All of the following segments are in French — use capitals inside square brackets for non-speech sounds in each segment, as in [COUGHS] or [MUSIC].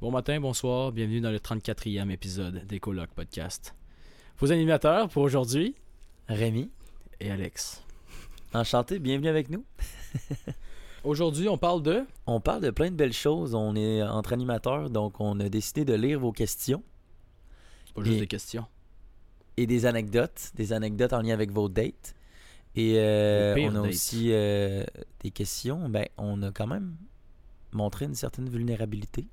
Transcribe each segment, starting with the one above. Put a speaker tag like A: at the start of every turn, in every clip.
A: Bon matin, bonsoir, bienvenue dans le 34e épisode des Colocs Podcast. Vos animateurs pour aujourd'hui,
B: Rémi,
A: et Alex.
B: enchanté, bienvenue avec nous.
A: Aujourd'hui, on parle de...
B: On parle de plein de belles choses, on est entre animateurs, donc on a décidé de lire vos questions
A: Pas juste
B: Et-
A: des questions.
B: et des anecdotes, des anecdotes en lien avec vos dates. Et euh,
A: Les pires
B: on a
A: dates.
B: aussi euh, des questions, ben on a quand même montré une certaine vulnérabilité.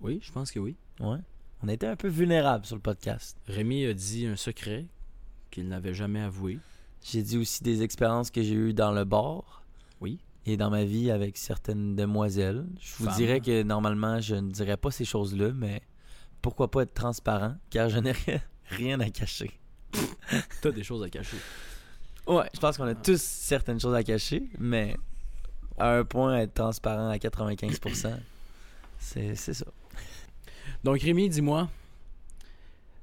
A: Oui, je pense que oui.
B: Ouais. On était un peu vulnérable sur le podcast.
A: Rémi a dit un secret qu'il n'avait jamais avoué.
B: J'ai dit aussi des expériences que j'ai eues dans le bar.
A: Oui.
B: Et dans ma vie avec certaines demoiselles. Je vous
A: Femmes.
B: dirais que normalement, je ne dirais pas ces choses-là, mais pourquoi pas être transparent, car je n'ai rien, rien à cacher.
A: T'as des choses à cacher.
B: Ouais, je pense qu'on a tous certaines choses à cacher, mais à un point, être transparent à 95%, c'est c'est ça.
A: Donc Rémi, dis-moi,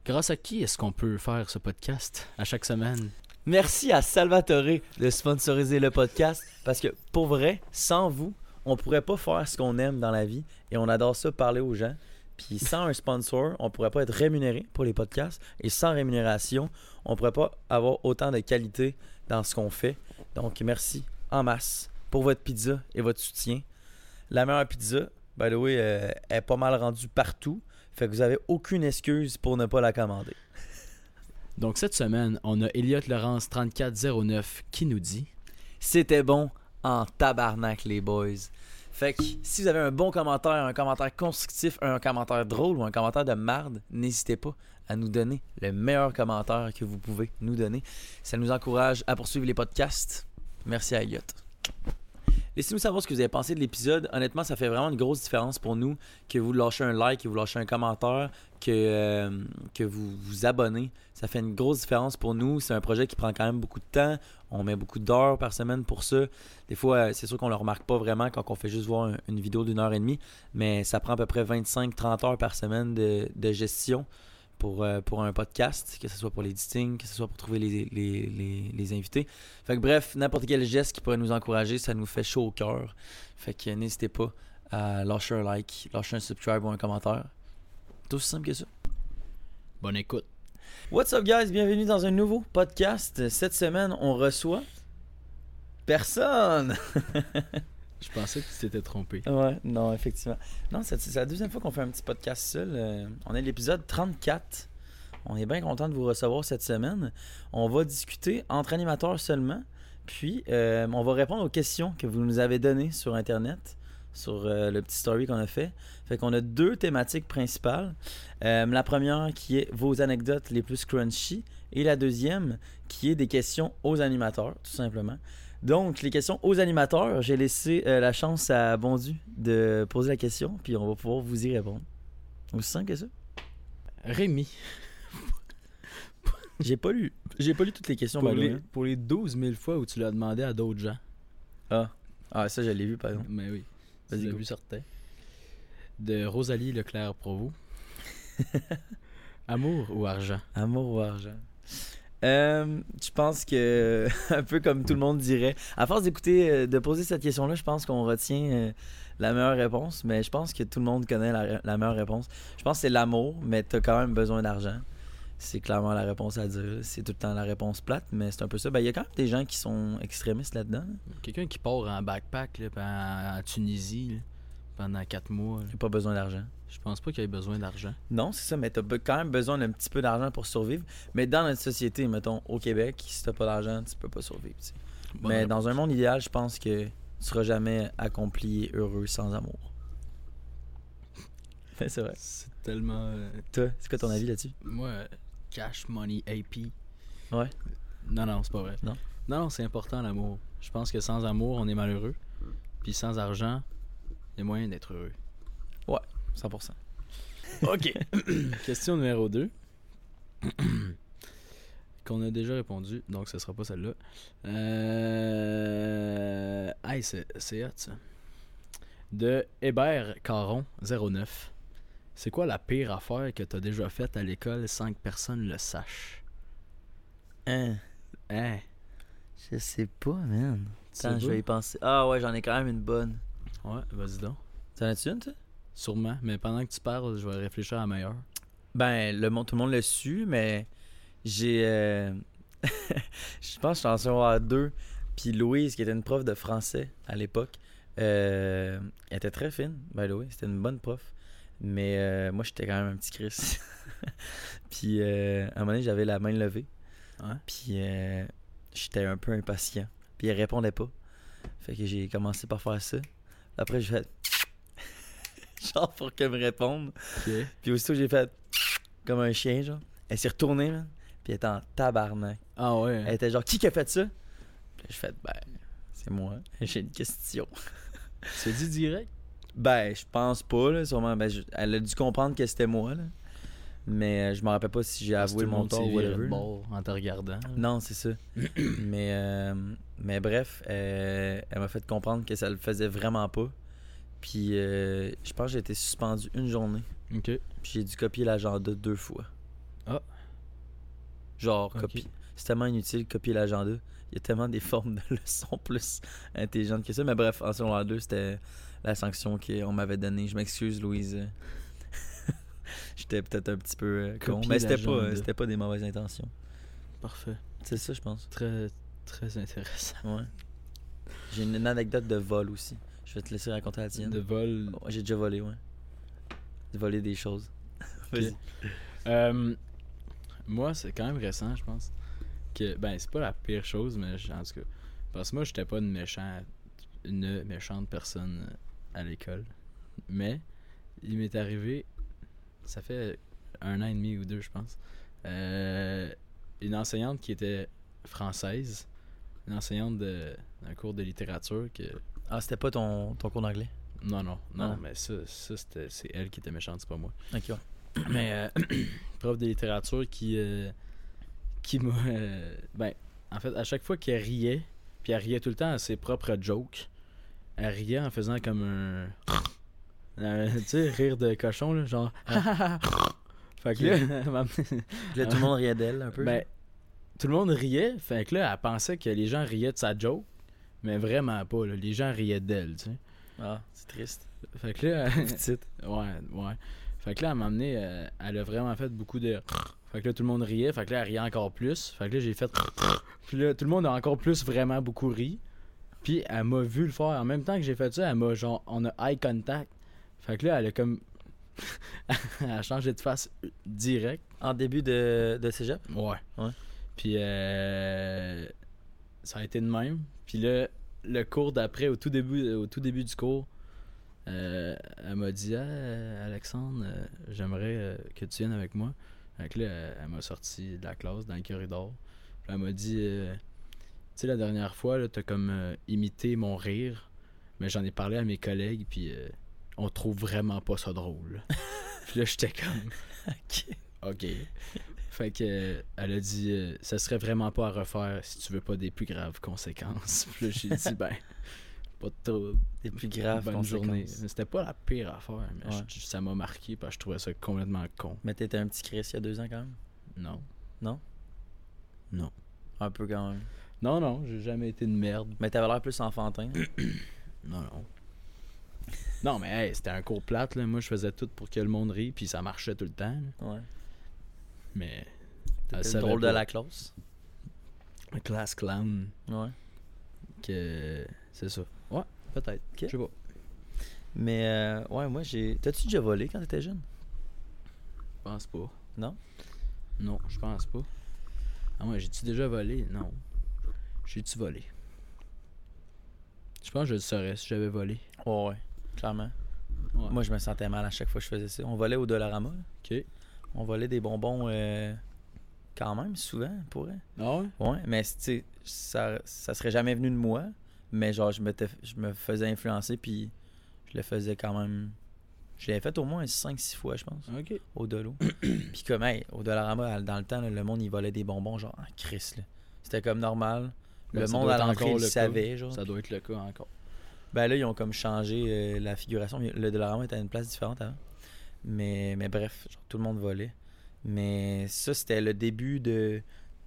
A: grâce à qui est-ce qu'on peut faire ce podcast à chaque semaine?
B: Merci à Salvatore de sponsoriser le podcast parce que pour vrai, sans vous, on pourrait pas faire ce qu'on aime dans la vie et on adore ça parler aux gens. Puis sans un sponsor, on pourrait pas être rémunéré pour les podcasts et sans rémunération, on pourrait pas avoir autant de qualité dans ce qu'on fait. Donc merci en masse pour votre pizza et votre soutien. La meilleure pizza, by the way, euh, est pas mal rendue partout, fait que vous avez aucune excuse pour ne pas la commander.
A: Donc cette semaine, on a Elliot Laurence 3409 qui nous dit...
B: C'était bon en tabarnak, les boys. Fait que si vous avez un bon commentaire, un commentaire constructif, un commentaire drôle ou un commentaire de marde, n'hésitez pas à nous donner le meilleur commentaire que vous pouvez nous donner. Ça nous encourage à poursuivre les podcasts. Merci à Elliot. Laissez-nous savoir ce que vous avez pensé de l'épisode. Honnêtement, ça fait vraiment une grosse différence pour nous que vous lâchez un like, que vous lâchez un commentaire, que, euh, que vous vous abonnez. Ça fait une grosse différence pour nous. C'est un projet qui prend quand même beaucoup de temps. On met beaucoup d'heures par semaine pour ça. Des fois, euh, c'est sûr qu'on ne le remarque pas vraiment quand on fait juste voir un- une vidéo d'une heure et demie, mais ça prend à peu près 25-30 heures par semaine de, de gestion pour, euh, pour un podcast, que ce soit pour l'editing, que ce soit pour trouver les, les- les- les invités. Fait que bref, n'importe quel geste qui pourrait nous encourager, ça nous fait chaud au cœur. Fait que euh, n'hésitez pas à lâcher un like, lâcher un subscribe ou un commentaire. C'est aussi simple que ça.
A: Bonne écoute.
B: What's up, guys? Bienvenue dans un nouveau podcast. Cette semaine, on reçoit personne.
A: Je pensais que tu t'étais trompé.
B: Ouais, non, effectivement. Non, c'est c'est la deuxième fois qu'on fait un petit podcast seul. Euh, on est à l'épisode 34. On est bien content de vous recevoir cette semaine. On va discuter entre animateurs seulement. Puis, euh, on va répondre aux questions que vous nous avez données sur Internet, sur euh, le petit story qu'on a fait. Fait qu'on a deux thématiques principales. Euh, la première qui est vos anecdotes les plus crunchy. Et la deuxième qui est des questions aux animateurs, tout simplement. Donc, les questions aux animateurs, j'ai laissé euh, la chance à Bondu de poser la question, puis on va pouvoir vous y répondre. Aussi simple que ça.
A: Rémi,
B: J'ai pas lu. J'ai pas lu toutes les questions,
A: pour
B: by the way.
A: les, pour les 12 000 fois où tu l'as demandé à d'autres gens.
B: Ah. ah, ça, je l'ai vu, par exemple.
A: Mais oui.
B: Vas-y,
A: Vas-y,
B: go.
A: vu certain. De Rosalie Leclerc [LAUGHS] Provost. Amour ou argent
B: Amour ou argent? Euh, je pense que, [LAUGHS] un peu comme tout le monde dirait, à force d'écouter, euh, de poser cette question-là, je pense qu'on retient euh, la meilleure réponse, mais je pense que tout le monde connaît la, la meilleure réponse. Je pense que c'est l'amour, mais t'as quand même besoin d'argent. C'est clairement la réponse à dire. C'est tout le temps la réponse plate, mais c'est un peu ça. Ben, Il y a quand même des gens qui sont extrémistes là-dedans.
A: Quelqu'un qui part en backpack là, puis en, en Tunisie là, pendant 4 mois, là,
B: Ils n'ont pas besoin d'argent.
A: je pense pas qu'il ait besoin d'argent.
B: Non, c'est ça, mais t'as be- quand même besoin d'un petit peu d'argent pour survivre. Mais dans notre société, mettons, au Québec, si t'as pas d'argent, tu peux pas survivre. tu sais.
A: Bonne
B: Mais
A: réponse.
B: dans un monde idéal, je pense que tu seras jamais accompli et heureux sans amour. Ben, [LAUGHS] c'est vrai.
A: C'est tellement. euh,
B: Toi, c'est quoi ton avis là-dessus?
A: moi, euh, cash money AP.
B: Ouais.
A: Non, non, c'est pas vrai.
B: Non?
A: Non, non, c'est important l'amour. Je pense que sans amour, on est malheureux. Puis sans argent, il y a moyen d'être heureux.
B: 100%.
A: OK. [COUGHS] Question numéro 2. [COUGHS] Qu'on a déjà répondu, donc ce sera pas celle-là. Euh... Hey, c'est c'est hot ça. De Hébert Caron 09. C'est quoi la pire affaire que t'as déjà faite à l'école sans que personne le sache?
B: Hein,
A: Hein?
B: je sais pas, man.
A: Tu
B: Attends,
A: sais
B: je
A: pas?
B: vais y penser. Ah ouais, j'en ai quand même une bonne.
A: Ouais, vas-y donc.
B: T'en as-tu une, toi?
A: Sûrement. Mais pendant que tu parles, je vais réfléchir à la meilleure.
B: Ben, le, monde- tout le monde le su, mais j'ai. euh, [LAUGHS] je pense que j'étais en secondaire 2. Puis Louise, qui était une prof de français à l'époque, euh, elle était très fine, by the way. C'était une bonne prof. Mais euh, moi, j'étais quand même un petit Chris. [LAUGHS] puis euh, à un moment donné, j'avais la main levée.
A: Ouais.
B: Puis euh, j'étais un peu impatient. Puis elle répondait pas. Fait que j'ai commencé par faire ça. Après, j'ai fait. [LAUGHS] Genre pour qu'elle me réponde. [LAUGHS]
A: Ok.
B: Puis aussitôt que j'ai fait comme un chien, genre, elle s'est retournée, man. Puis elle était en tabarnak.
A: Ah ouais.
B: Elle était genre, qui qui a fait ça? Puis j'ai fait, ben, c'est moi. J'ai une question.
A: C'est dit direct.
B: Ben, je pense pas, là, sûrement. Ben, je- elle a dû comprendre que c'était moi, là. Mais euh, je me rappelle pas si j'ai avoué
A: Tout le
B: mon
A: monde s'est
B: tort ou
A: viré de
B: whatever. là.
A: bord en te regardant.
B: Non, c'est ça. [CLEARS THROAT] mais, euh, mais bref, euh, elle m'a fait comprendre que ça le faisait vraiment pas. Puis euh, je pense que j'ai été suspendu une journée.
A: Ok.
B: Puis j'ai dû copier l'agenda deux fois.
A: Ah.
B: Genre,
A: Ok.
B: copie. C'est tellement inutile de copier l'agenda. Il y a tellement des [LAUGHS] formes de leçons plus intelligentes que ça. Mais bref, en secondaire 2, c'était la sanction qu'on m'avait donnée. Je m'excuse, Louise. [LAUGHS] J'étais peut-être un petit peu euh, con.
A: Copier
B: Mais c'était pas,
A: l'agenda.
B: euh, c'était pas des mauvaises intentions.
A: Parfait.
B: C'est ça, je pense.
A: Très, très intéressant.
B: Ouais. J'ai une anecdote de vol aussi. Je vais te laisser raconter la tienne.
A: De vol.
B: Ouais, J'ai déjà volé, ouais. J'ai volé des choses. Vas-y.
A: Euh, moi, c'est quand même récent, je pense. Que, ben, c'est pas la pire chose, mais je- en tout cas. Parce que moi, j'étais pas une, méchant, une méchante personne à l'école. Mais, il m'est arrivé, ça fait un an et demi ou deux, je pense, euh, une enseignante qui était française, une enseignante de- d'un cours de littérature que
B: Ah, c'était pas ton, ton cours d'anglais?
A: non, non, non,
B: Non.
A: mais ça, ça c'était, c'est elle qui était méchante, c'est pas moi.
B: Ok, ouais.
A: Mais euh, [CLEARS THROAT] prof de littérature qui, euh, qui m'a. euh, ben, en fait, à chaque fois qu'elle riait, puis elle riait tout le temps à ses propres jokes, elle riait en faisant comme un. un- tu sais, rire de cochon, là,
B: [LAUGHS]
A: genre. fait que là, [LAUGHS] elle m'a amené-
B: Puis Là, tout le monde riait d'elle un peu.
A: ben, tout le monde riait, fait que là, elle pensait que les gens riaient de sa joke, mais vraiment pas, là, les gens riaient d'elle, tu sais.
B: ah, c'est triste.
A: Fait que là.
B: [LAUGHS] Petite.
A: Ouais, ouais. Fait que là, elle m'a amené, euh, elle a vraiment fait beaucoup de. Fait que là, tout le monde riait. Fait que là, elle riait encore plus. Fait que là, j'ai fait. Puis là, tout le monde a encore plus vraiment beaucoup ri. Puis elle m'a vu le faire. En même temps que j'ai fait ça, elle m'a genre. On a eye contact. Fait que là, elle a comme. [LAUGHS] elle a changé de face direct.
B: En début de, de cégep?
A: Ouais.
B: Ouais.
A: Puis euh, ça a été de même. Puis là, le cours d'après, au tout début, au tout début du cours, euh, elle m'a dit Ah, euh, Alexandre, euh, j'aimerais euh, que tu viennes avec moi. Fait que là, elle- elle m'a sorti de la classe dans le corridor. Puis elle m'a dit euh, Tu sais, la dernière fois, là, t'as comme euh, imité mon rire, mais j'en ai parlé à mes collègues, puis euh, on trouve vraiment pas ça drôle. [LAUGHS] puis là, j'étais comme
B: [LAUGHS] Ok.
A: OK. Fait que euh, elle a dit euh, ça serait vraiment pas à refaire si tu veux pas des plus graves conséquences. Puis là, j'ai dit ben pas de trouble.
B: Des plus graves
A: Bonne journée.
B: conséquences.
A: C'était pas la pire affaire, mais
B: Ouais.
A: je- ça m'a marqué parce que je trouvais ça complètement con.
B: Mais t'étais un petit Chris il y a deux ans quand même?
A: Non.
B: Un peu quand même.
A: Non, non, j'ai jamais été une merde.
B: Mais t'avais l'air plus [COUGHS] enfantin.
A: Non, non. Non, mais hey, c'était un cours plate, là. Moi, je faisais tout pour que le monde rie, puis ça marchait tout le temps. là.
B: Ouais.
A: Mais.
B: T'étais
A: Elle
B: le
A: savait
B: drôle de
A: pas.
B: la classe.
A: Un class clown,
B: Ouais.
A: que. C'est ça. Ouais, peut-être.
B: Ok.
A: Je sais pas.
B: Mais euh, ouais, moi j'ai. T'as-tu déjà volé quand t'étais jeune?
A: Je pense pas.
B: Non?
A: Non, je pense pas. Ah ouais, j'ai-tu déjà volé? Non. J'ai-tu volé? Je pense que je le saurais si j'avais volé.
B: Ouais, ouais. Clairement.
A: Ouais.
B: Moi je me sentais mal à chaque fois que je faisais ça. On volait au Dollarama. là.
A: Ok.
B: On volait des bonbons euh, quand même souvent pour elle.
A: Ah ouais?
B: Ouais, mais tu sais, ça, ça serait jamais venu de moi, mais genre, je, m'étais- je me faisais influencer, puis je le faisais quand même. Je l'ai fait au moins 5-6 fois, je pense,
A: Ok. [CLEARS THROAT]
B: au Dolo. puis comme, hey, au Dollarama, dans le temps, là, le monde, il volait des bonbons, genre, en crise, là. C'était comme normal.
A: Ben,
B: le
A: ça
B: monde
A: doit
B: à
A: être
B: l'entrée,
A: encore
B: il
A: le cas.
B: savait, genre.
A: Ça doit être le cas encore.
B: Ben là, ils ont comme changé euh, la figuration. Le Dollarama était à une place différente avant. Mais, mais bref, genre, tout le monde volait. Mais ça, c'était le début de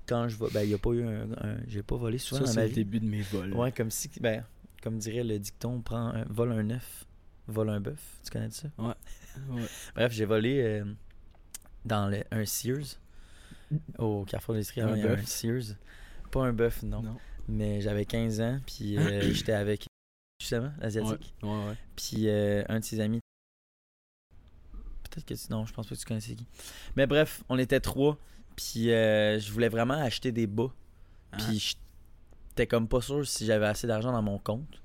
B: quand je volais. Ben, il n'y a pas eu un. un- J'ai pas volé souvent
A: ça,
B: dans
A: c'est
B: ma
A: le
B: vie.
A: début de mes vols.
B: Ouais, comme si. Ben, comme dirait le dicton, prend un, vole un œuf. Vole un bœuf, tu connais ça?
A: Ouais.
B: Bref, j'ai volé euh, dans le, un Sears au Carrefour des Esprits.
A: Un
B: Il y a un
A: bœuf.
B: Sears. Pas un bœuf, non.
A: Non.
B: Mais j'avais 15 ans,
A: [CLEARS THROAT]
B: puis euh, j'étais avec justement l'Asiatique.
A: Ouais, ouais.
B: Puis euh, un de ses amis. Peut-être que tu. Non, je pense pas que tu connais c'est qui. Mais bref, on était trois, puis euh, je voulais vraiment acheter des bas. Puis j'étais comme pas sûr si j'avais assez d'argent dans mon compte.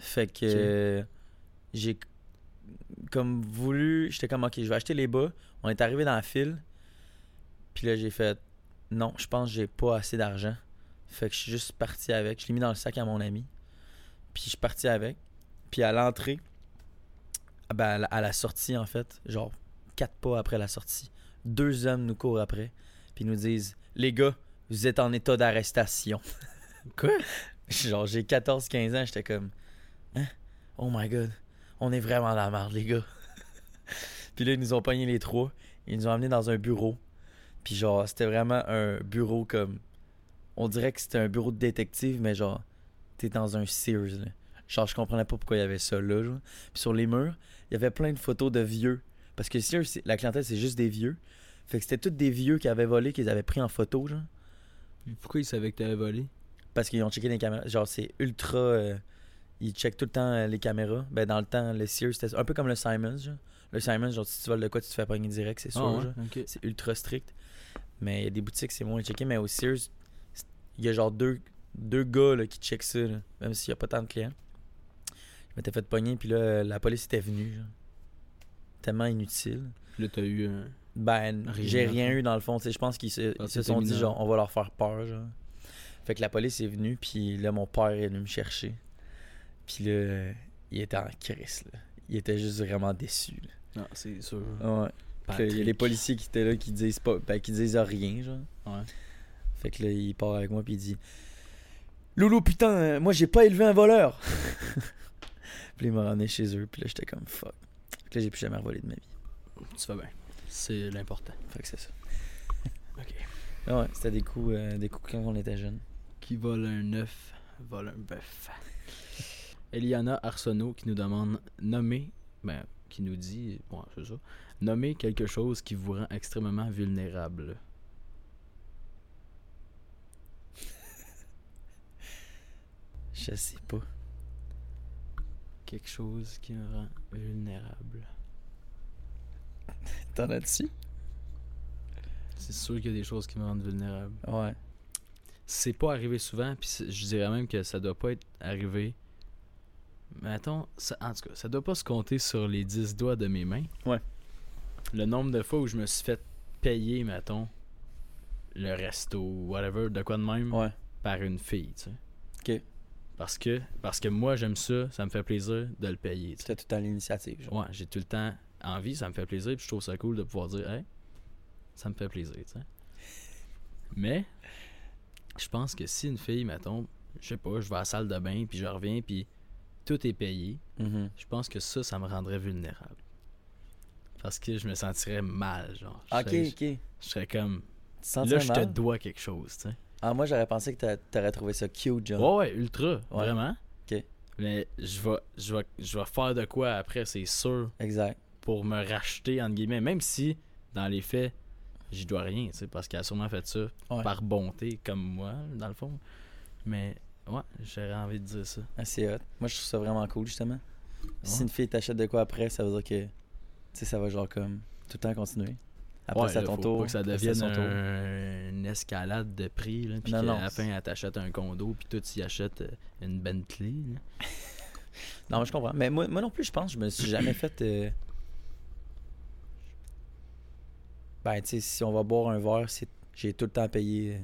B: Fait que
A: Ok.
B: euh, j'ai comme voulu, j'étais comme OK, je vais acheter les bas. On est arrivé dans la file. Puis là, j'ai fait non, je pense que j'ai pas assez d'argent. Fait que je suis juste parti avec, je l'ai mis dans le sac à mon ami. Puis je suis parti avec. Puis à l'entrée ben, à la- à la sortie en fait, genre quatre pas après la sortie, deux hommes nous courent après puis nous disent les gars, vous êtes en état d'arrestation. [LAUGHS]
A: Quoi?
B: Genre, j'ai 14-15 ans, j'étais comme, hein? Oh my god, on est vraiment dans la merde, les gars. [LAUGHS] puis là, ils nous ont pogné les trois, ils nous ont amenés dans un bureau. Puis genre, c'était vraiment un bureau comme. On dirait que c'était un bureau de détective, mais genre, t'es dans un Sears, là. Genre, je comprenais pas pourquoi il y avait ça là. genre. Puis sur les murs, il y avait plein de photos de vieux. Parce que Sears, c'est- la clientèle, c'est juste des vieux. Fait que c'était tous des vieux qui avaient volé, qu'ils avaient pris en photo, genre.
A: Puis pourquoi ils savaient que t'avais volé?
B: Parce qu'ils ont checké les caméras. Genre, c'est ultra. euh, ils checkent tout le temps euh, les caméras. Ben, dans le temps, le Sears, c'était un peu comme le Simons. Genre. Le Simons, genre, si tu voles de quoi, tu te fais pogner direct, c'est sûr.
A: Ah ouais,
B: genre.
A: ok.
B: C'est ultra strict. Mais il y a des boutiques, c'est moins checké. Mais au Sears, c'est- il y a genre deux, deux gars là, qui checkent ça, là, même s'il n'y a pas tant de clients. Je m'étais fait pogner, puis là, la police était venue. genre. Tellement inutile.
A: Puis là, t'as eu un.
B: Ben,
A: Rien.
B: j'ai rien eu dans le fond. tu sais, Je pense qu'ils se,
A: Ah,
B: ils se
A: t'étais
B: sont dit,
A: mineur.
B: genre, on va leur faire peur. Genre. Fait que la police est venue, puis là, mon père est venu me chercher. Puis là, il était en crise. là. Il était juste vraiment déçu. là.
A: Non, Ah, c'est sûr.
B: Ouais. Puis là, Il y a les policiers qui étaient là qui disent pas ben, qui disent rien genre.
A: Ouais.
B: Fait que là il part avec moi puis il dit Loulou putain, euh, moi j'ai pas élevé un voleur. [LAUGHS] puis il m'a ramené chez eux, puis là j'étais comme fuck. Fait que là j'ai plus jamais volé de ma vie.
A: Tu fais bien. C'est l'important.
B: Fait que c'est ça.
A: Ok.
B: Ah ouais, c'était des coups euh, des coups quand on était jeune.
A: Qui vole un œuf, vole un bœuf. Eliana Arsenault qui nous demande nommer, ben, qui nous dit, bon, c'est ça, nommer quelque chose qui vous rend extrêmement vulnérable.
B: Je sais pas.
A: Quelque chose qui me rend vulnérable.
B: T'en as dessus
A: C'est sûr qu'il y a des choses qui me rendent vulnérable.
B: Ouais.
A: C'est pas arrivé souvent, puis c'est- je dirais même que ça doit pas être arrivé. Mais attends, ça, en tout cas, ça doit pas se compter sur les 10 doigts de mes mains.
B: Ouais.
A: Le nombre de fois où je me suis fait payer, mettons, le resto, whatever, de quoi de même,
B: Ouais.
A: par une fille, tu sais.
B: Ok.
A: Parce que, parce que moi, j'aime ça, ça me fait plaisir de le payer, tu sais.
B: C'était tout à l'initiative genre.
A: Ouais, j'ai tout le temps envie, ça me fait plaisir, puis je trouve ça cool de pouvoir dire, hey, ça me fait plaisir, tu sais. Mais, je pense que si une fille, mettons, je sais pas, je vais à la salle de bain, puis je reviens, puis tout est payé,
B: Mhm.
A: je pense que ça, ça me rendrait vulnérable. Parce que je me sentirais mal, genre. Je
B: OK,
A: serais-
B: OK. Tu
A: Je serais comme,
B: te
A: là,
B: sentirais
A: je te
B: mal?
A: dois quelque chose, tu sais.
B: Ah moi j'aurais pensé que t'a- t'aurais trouvé ça cute genre.
A: Ouais, ouais, ultra, vraiment.
B: Ok.
A: Mais je vais, je, vais, je vais faire de quoi après, c'est sûr.
B: Exact.
A: pour me racheter, entre guillemets, même si, dans les faits, j'y dois rien, tu sais, parce qu'elle a sûrement fait ça
B: Ouais.
A: par bonté, comme moi, dans le fond. Mais, ouais, j'aurais envie de dire ça.
B: Ah, c'est hot. Moi, je trouve ça vraiment cool, justement. Si une fille t'achète de quoi après, ça veut dire que tu sais, ça va genre comme tout le temps continuer. Après,
A: Ouais,
B: c'est à
A: là,
B: ton
A: faut
B: tour.
A: Pas que ça
B: après, c'est à
A: devienne
B: son tour.
A: un- une escalade de prix, là, puis
B: Non,
A: qu'à
B: non,
A: la
B: c'est-
A: fin, elle t'achète un condo, puis toi, tu y achètes euh, une Bentley. là.
B: Non, mais je comprends. Mais moi, moi non plus, je pense, je me suis jamais fait. euh, Ben, tu sais, si on va boire un verre, c'est... j'ai tout le temps payé euh,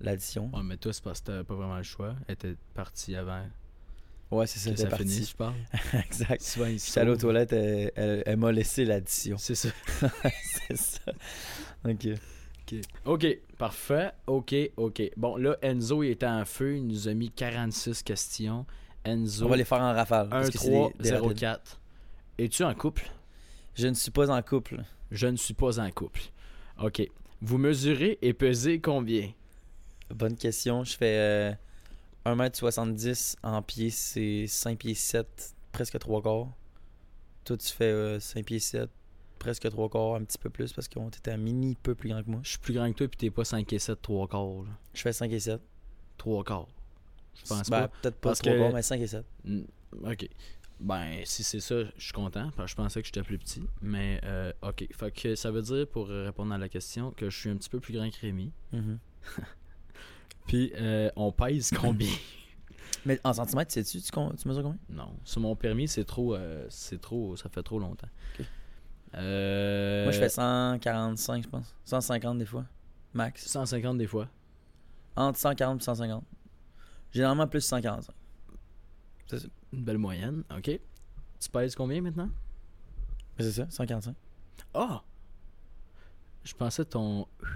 B: l'addition.
A: Ouais, mais toi, c'est parce que t'avais pas vraiment le choix. Elle était partie avant
B: Ouais, c'est ça,
A: que
B: t'es
A: ça
B: parti.
A: finisse, je parle.
B: [LAUGHS]
A: [LAUGHS]
B: exact.
A: Souvent, ils
B: Je
A: se
B: suis allé aux
A: sauvent.
B: toilettes, elle, elle- elle m'a
A: [LAUGHS]
B: laissé l'addition.
A: C'est ça.
B: c'est ça. Ok.
A: OK, parfait. OK, OK. Bon, là, Enzo il était en feu. Il nous a mis 46 questions. Enzo,
B: On va les faire en rafale. parce que c'est des- des rapides.
A: 1-3-0-4. Es-tu en couple?
B: Je ne suis pas en couple.
A: Je ne suis pas en couple. OK. Vous mesurez et pesez combien?
B: Bonne question. Je fais euh, 1m70 en pied, c'est 5 pieds 7, presque 3 quarts. Toi, tu fais euh, 5 pieds 7, presque 3 quarts, un petit peu plus, parce qu'on était un mini peu plus grand que moi.
A: Je suis plus grand que toi, puis t'es pas 5 et 7, 3 quarts. là.
B: Je fais 5 et 7.
A: Trois quarts. Je pense
B: Ben,
A: pas.
B: peut-être pas
A: Parce
B: 3
A: que-
B: quarts, mais 5 et 7.
A: Mm, Ok. Ben, si c'est ça, je suis content, parce que je pensais que j'étais plus petit. Mais, euh, ok. Fait que ça veut dire, pour répondre à la question, que je suis un petit peu plus grand que Rémi.
B: Mhm.
A: Puis, euh, on
B: [LAUGHS]
A: pèse combien
B: Mais en centimètres, sais-tu, tu, con- tu mesures combien
A: Non. Sur mon permis, c'est trop, euh, c'est trop. Ça fait trop longtemps.
B: Ok.
A: Euh,
B: Moi, je fais 145, je pense. 150 des fois, max.
A: 150 des fois.
B: Entre 140 et 150. Généralement, plus 145.
A: Une belle moyenne. Ok. Tu pèses combien maintenant
B: Mais c'est ça, 145.
A: Ah Je pensais ton. [LAUGHS]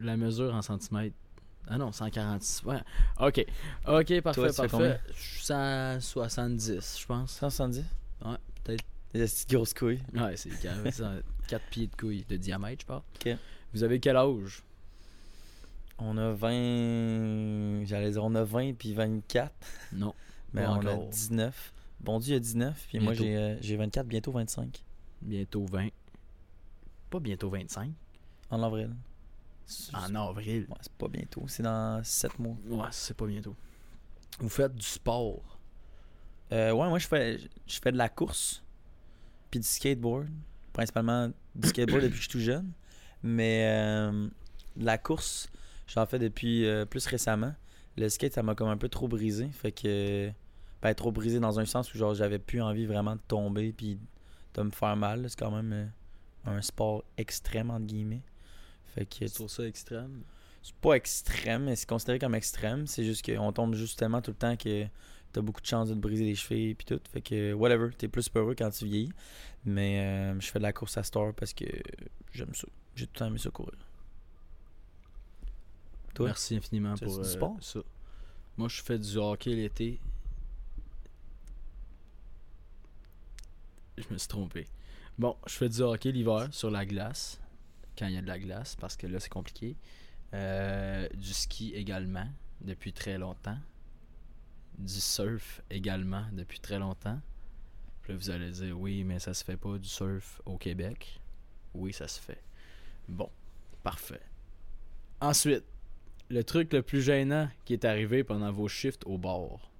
A: La mesure en centimètres. Ah non, 146. Ouais. Ok. Ok, parfait,
B: Toi, tu fais combien?
A: parfait. Je suis 170, je pense.
B: 170
A: Ouais, peut-être.
B: Des petites grosses couilles.
A: Ouais, c'est [LAUGHS] 4 pieds de couille de diamètre, je pense.
B: Ok.
A: Vous avez quel âge
B: On a 20. J'allais dire, on a 20 puis 24.
A: Non.
B: Mais
A: Pas
B: on a
A: encore.
B: 19. Bon Dieu, il y a 19. Puis moi,
A: Bientôt.
B: j'ai euh, j'ai 24, bientôt 25.
A: Bientôt 20. Pas bientôt 25.
B: En avril. C'est-
A: En avril.
B: Ouais, c'est pas bientôt, c'est dans 7 mois.
A: Ouais, c'est pas bientôt. Vous faites du sport.
B: Euh, ouais, moi, je fais, je fais de la course. Puis du skateboard. Principalement du skateboard depuis que je suis tout jeune. Mais euh, de la course, j'en fais depuis euh, plus récemment. Le skate, ça m'a comme un peu trop brisé. Fait que. Ben, trop brisé dans un sens où genre j'avais plus envie vraiment de tomber puis de me faire mal. là. C'est quand même euh, un sport extrême, entre guillemets. Fait que
A: Tu trouves ça extrême?
B: c'est pas extrême, mais c'est considéré comme extrême. C'est juste qu'on tombe juste tellement tout le temps que t'as beaucoup de chances de te briser les chevilles puis tout. Fait que, whatever, t'es plus peureux quand tu vieillis. Mais euh, je fais de la course à store parce que j'aime ça. J'ai tout le temps aimé ça courir. Toi?
A: Merci infiniment
B: Tu
A: pour
B: fais du
A: euh,
B: sport?
A: ça. Moi, je fais du hockey l'été. Je me suis trompé. Bon, je fais du hockey l'hiver sur la glace, quand il y a de la glace, parce que là, c'est compliqué. Euh, du ski également, depuis très longtemps. Du surf également, depuis très longtemps. Puis là, vous allez dire, oui, mais ça se fait pas du surf au Québec. Oui, ça se fait. Bon, parfait. Ensuite, le truc le plus gênant qui est arrivé pendant vos shifts au bar.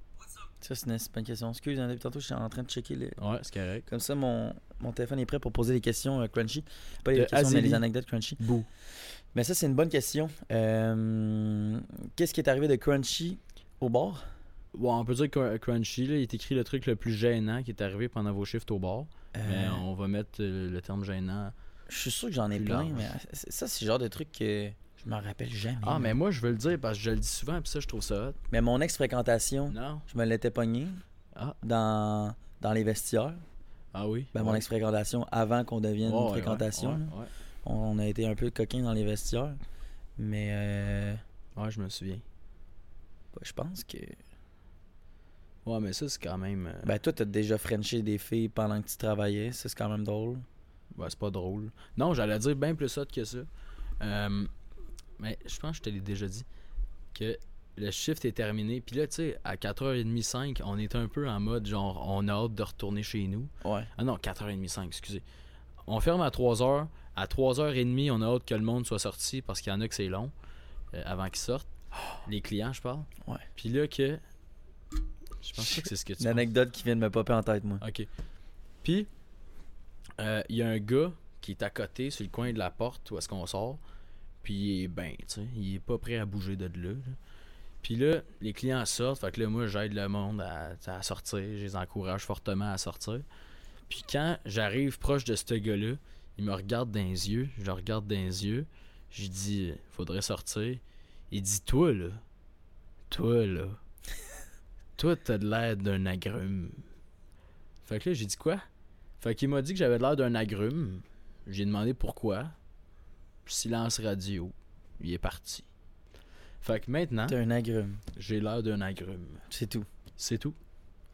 B: Ça, c'est une- c'est pas une question. Excuse, hein, depuis tantôt, j'étais en train de checker. le-
A: Ouais, c'est correct.
B: Comme ça, mon, mon téléphone est prêt pour poser des questions euh, crunchy. Pas les
A: De
B: questions, mais
A: Azélie.
B: les anecdotes crunchy.
A: Bou.
B: Mais ça, c'est une bonne question. Euh, Qu'est-ce qui est arrivé de crunchy au bord?
A: Ouais, on peut dire que Crunchy, là, il est écrit le truc le plus gênant qui est arrivé pendant vos shifts au bar.
B: Euh.
A: Mais on va mettre euh, le terme gênant.
B: Je suis sûr que j'en ai
A: Plus
B: plein,
A: large.
B: mais c'est- ça, c'est le genre de truc que je m'en rappelle jamais.
A: Ah, mais moi, je veux le dire parce que je le dis souvent, puis ça, je trouve ça hot.
B: Mais mon ex-fréquentation,
A: Non?
B: je me l'étais pogné
A: Ah.
B: dans, dans les vestiaires.
A: Ah oui?
B: Ben,
A: Ouais.
B: Mon ex-fréquentation, avant qu'on devienne
A: Ouais,
B: une
A: ouais,
B: fréquentation,
A: Ouais,
B: là.
A: ouais,
B: On, on a été un peu coquins dans les vestiaires. Mais euh,
A: ouais. Ouais, je me souviens.
B: bah, je pense que.
A: Ouais, mais ça, c'est quand même. euh,
B: Ben, toi, t'as déjà frenché des filles pendant que tu travaillais. Ça, c'est quand même drôle.
A: ouais, Ben, c'est pas drôle. Non, j'allais dire bien plus hot que ça. Euh, mais je pense que je te l'ai déjà dit que le shift est terminé. Puis là, tu sais, à 4h30, 5, on est un peu en mode genre, on a hâte de retourner chez nous.
B: Ouais.
A: Ah non, 4h30, 5, excusez. On ferme à 3h. À 3h30, on a hâte que le monde soit sorti parce qu'il y en a que c'est long euh, avant qu'ils sortent. Les clients, je parle.
B: Ouais.
A: Puis là, que. Je pense Hein? pas que c'est ce que tu
B: Une anecdote qui vient de me popper en tête, moi.
A: OK. Puis, euh, il y a un gars qui est à côté, sur le coin de la porte où est-ce qu'on sort. Puis, il est ben, tu sais, il est pas prêt à bouger de là. là. Puis là, les clients sortent. Fait que là, moi, j'aide le monde à, à sortir. Je les encourage fortement à sortir. Puis quand j'arrive proche de ce gars-là, il me regarde dans les yeux. Je le regarde dans les yeux. Je dis, faudrait sortir. Il dit, toi, là. Toi, là. toi, t'as de l'air d'un agrume. Fait que là, j'ai dit quoi? Fait qu'il m'a dit que j'avais l'air d'un agrume. J'ai demandé pourquoi. Silence radio. Il est parti. Fait que maintenant,
B: T'es un agrume.
A: j'ai l'air d'un agrume.
B: C'est tout.
A: C'est tout.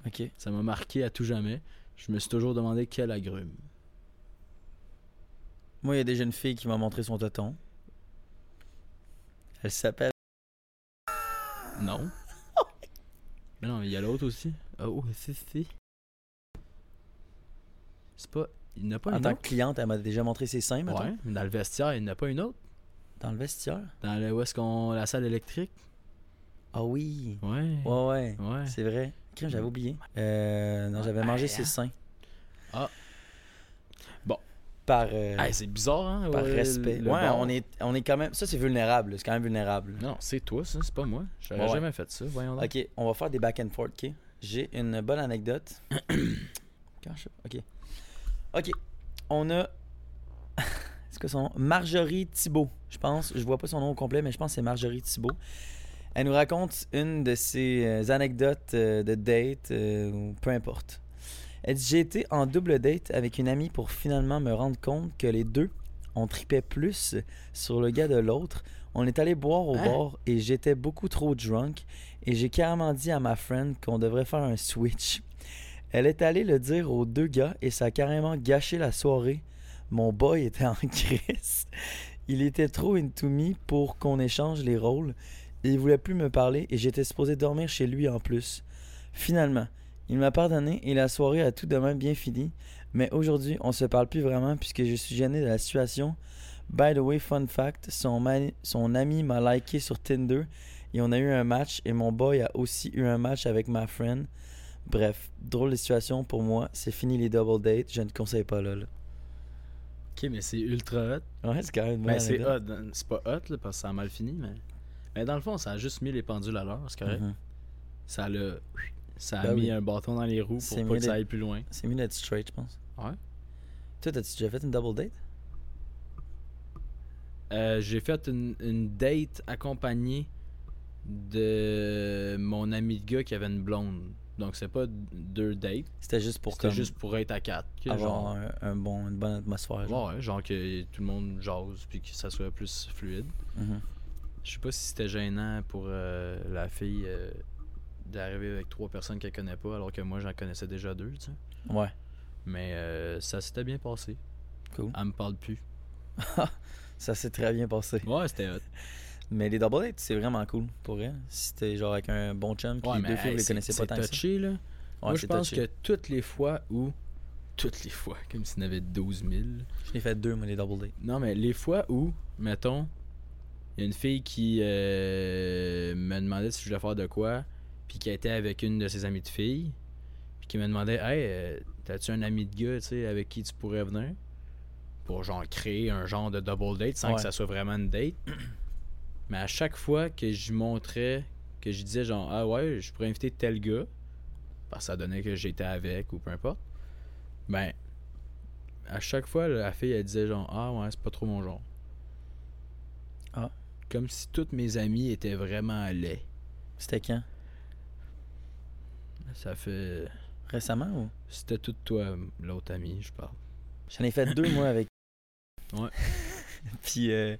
B: OK.
A: Ça m'a marqué à tout jamais. Je me suis toujours demandé quel agrume.
B: Moi, il y a déjà une fille qui m'a montré son toton. Elle s'appelle.
A: Non. Mais non, mais il y a l'autre aussi. Oh, si, si. C'est pas. Il n'a pas
B: En
A: une
B: tant
A: autre.
B: que cliente, elle m'a déjà montré ses seins, mettons.
A: Ouais, mais dans le vestiaire, il n'a pas une autre.
B: Dans le vestiaire.
A: Dans le, où est-ce qu'on. La salle électrique.
B: Ah oui.
A: Ouais.
B: Ouais, ouais.
A: Ouais. Mm.
B: C'est vrai. Crime, J'avais oublié. Euh, non, j'avais
A: Ouais,
B: mangé
A: hey,
B: ses
A: hein.
B: seins.
A: Ah. Bon.
B: Par, euh,
A: Hey, c'est bizarre, hein?
B: par
A: ouais,
B: respect.
A: le
B: ouais,
A: bord.
B: on est, on est quand même. Ça, c'est vulnérable. là. C'est quand même vulnérable.
A: Non, c'est toi, ça, c'est pas moi. J'aurais
B: Ouais.
A: jamais fait ça, voyons donc.
B: Ok, on va faire des back and forth, ok? J'ai une bonne anecdote. Quand je- Ok. Ok. On a. [LAUGHS] c'est quoi son nom? Marjorie Thibault, je pense. Je vois pas son nom au complet, mais je pense que c'est Marjorie Thibault. Elle nous raconte une de ses euh, anecdotes euh, de date, euh, ou peu importe. Elle dit J'ai été en double date avec une amie pour finalement me rendre compte que les deux, on tripait plus sur le gars de l'autre. On est allé boire au
A: Hein?
B: bord et j'étais beaucoup trop drunk. Et j'ai carrément dit à ma friend qu'on devrait faire un switch. Elle est allée le dire aux deux gars et ça a carrément gâché la soirée. Mon boy était en [LAUGHS] crise. Il était trop into me pour qu'on échange les rôles. Il voulait plus me parler et j'étais supposé dormir chez lui en plus. Finalement, il m'a pardonné et la soirée a tout de même bien fini. Mais aujourd'hui, on se parle plus vraiment puisque je suis gêné de la situation. By the way, fun fact, son, ma- son ami m'a liké sur Tinder et on a eu un match et mon boy a aussi eu un match avec ma friend. Bref, drôle de situation pour moi. C'est fini les double dates. Je ne conseille pas LOL.
A: Ok, mais c'est ultra hot.
B: Ouais, c'est quand même
A: Mais c'est hot. hein. C'est pas hot, là, parce que ça a mal fini, mais. Mais dans le fond, ça a juste mis les pendules à l'heure, c'est correct.
B: Mhm.
A: Ça l'a. Ça a
B: Mm-hmm. Ben
A: mis
B: oui.
A: un bâton dans les roues
B: C'est
A: pour pas
B: mieux
A: que ça
B: d'être-
A: aille plus loin.
B: C'est mieux d'être straight, je pense.
A: Ouais.
B: Toi, t'as-tu déjà fait une double date?
A: Euh, j'ai fait une, une date accompagnée de mon ami de gars qui avait une blonde. Donc c'est pas d- deux dates,
B: C'était juste pour
A: c'était
B: comme
A: juste pour être à quatre. que
B: avoir
A: genre,
B: un, un bon, une bonne atmosphère. genre.
A: ouais, genre que tout le monde jase puis que ça soit plus fluide.
B: Mhm.
A: Je sais pas si c'était gênant pour euh, la fille euh, d'arriver avec trois personnes qu'elle connaît pas alors que moi j'en connaissais déjà deux, tu sais.
B: Ouais.
A: Mais euh, ça s'était bien passé.
B: Cool.
A: Elle me parle plus.
B: Ça s'est très bien passé.
A: Ouais, c'était hot.
B: Mais les double dates, c'est vraiment cool pour elle. Si t'es genre avec un bon chum, puis
A: Ouais,
B: les
A: mais
B: deux
A: hey,
B: filles, vous les
A: c'est-
B: connaissez pas
A: c'est
B: tant que ça.
A: touché, là.
B: Ouais,
A: Moi, je
B: c'est
A: pense
B: touché.
A: que toutes les fois où. Toutes les fois, comme s'il y en avait 12 000.
B: Je l'ai fait deux, moi, les double dates.
A: Non, mais les fois où, mettons, il y a une fille qui euh, me demandait si je voulais faire de quoi, puis qui était avec une de ses amies de filles, puis qui me demandait Hey, euh, t'as-tu un ami de gars, tu sais, avec qui tu pourrais venir Pour genre créer un genre de double date sans
B: Ouais.
A: que ça soit vraiment une date. [CLEARS THROAT] mais à chaque fois que je montrais, que je disais genre Ah ouais, je pourrais inviter tel gars, parce que ça donnait que j'étais avec ou peu importe, ben à chaque fois, la fille, elle disait genre Ah ouais, c'est pas trop mon genre.
B: Ah.
A: Comme si toutes mes amies étaient vraiment laids.
B: C'était quand?
A: Ça fait.
B: Récemment ou?
A: C'était tout toi, l'autre amie, je parle.
B: J'en ai fait deux, moi, avec.
A: Ouais.
B: [LAUGHS] Puis, euh,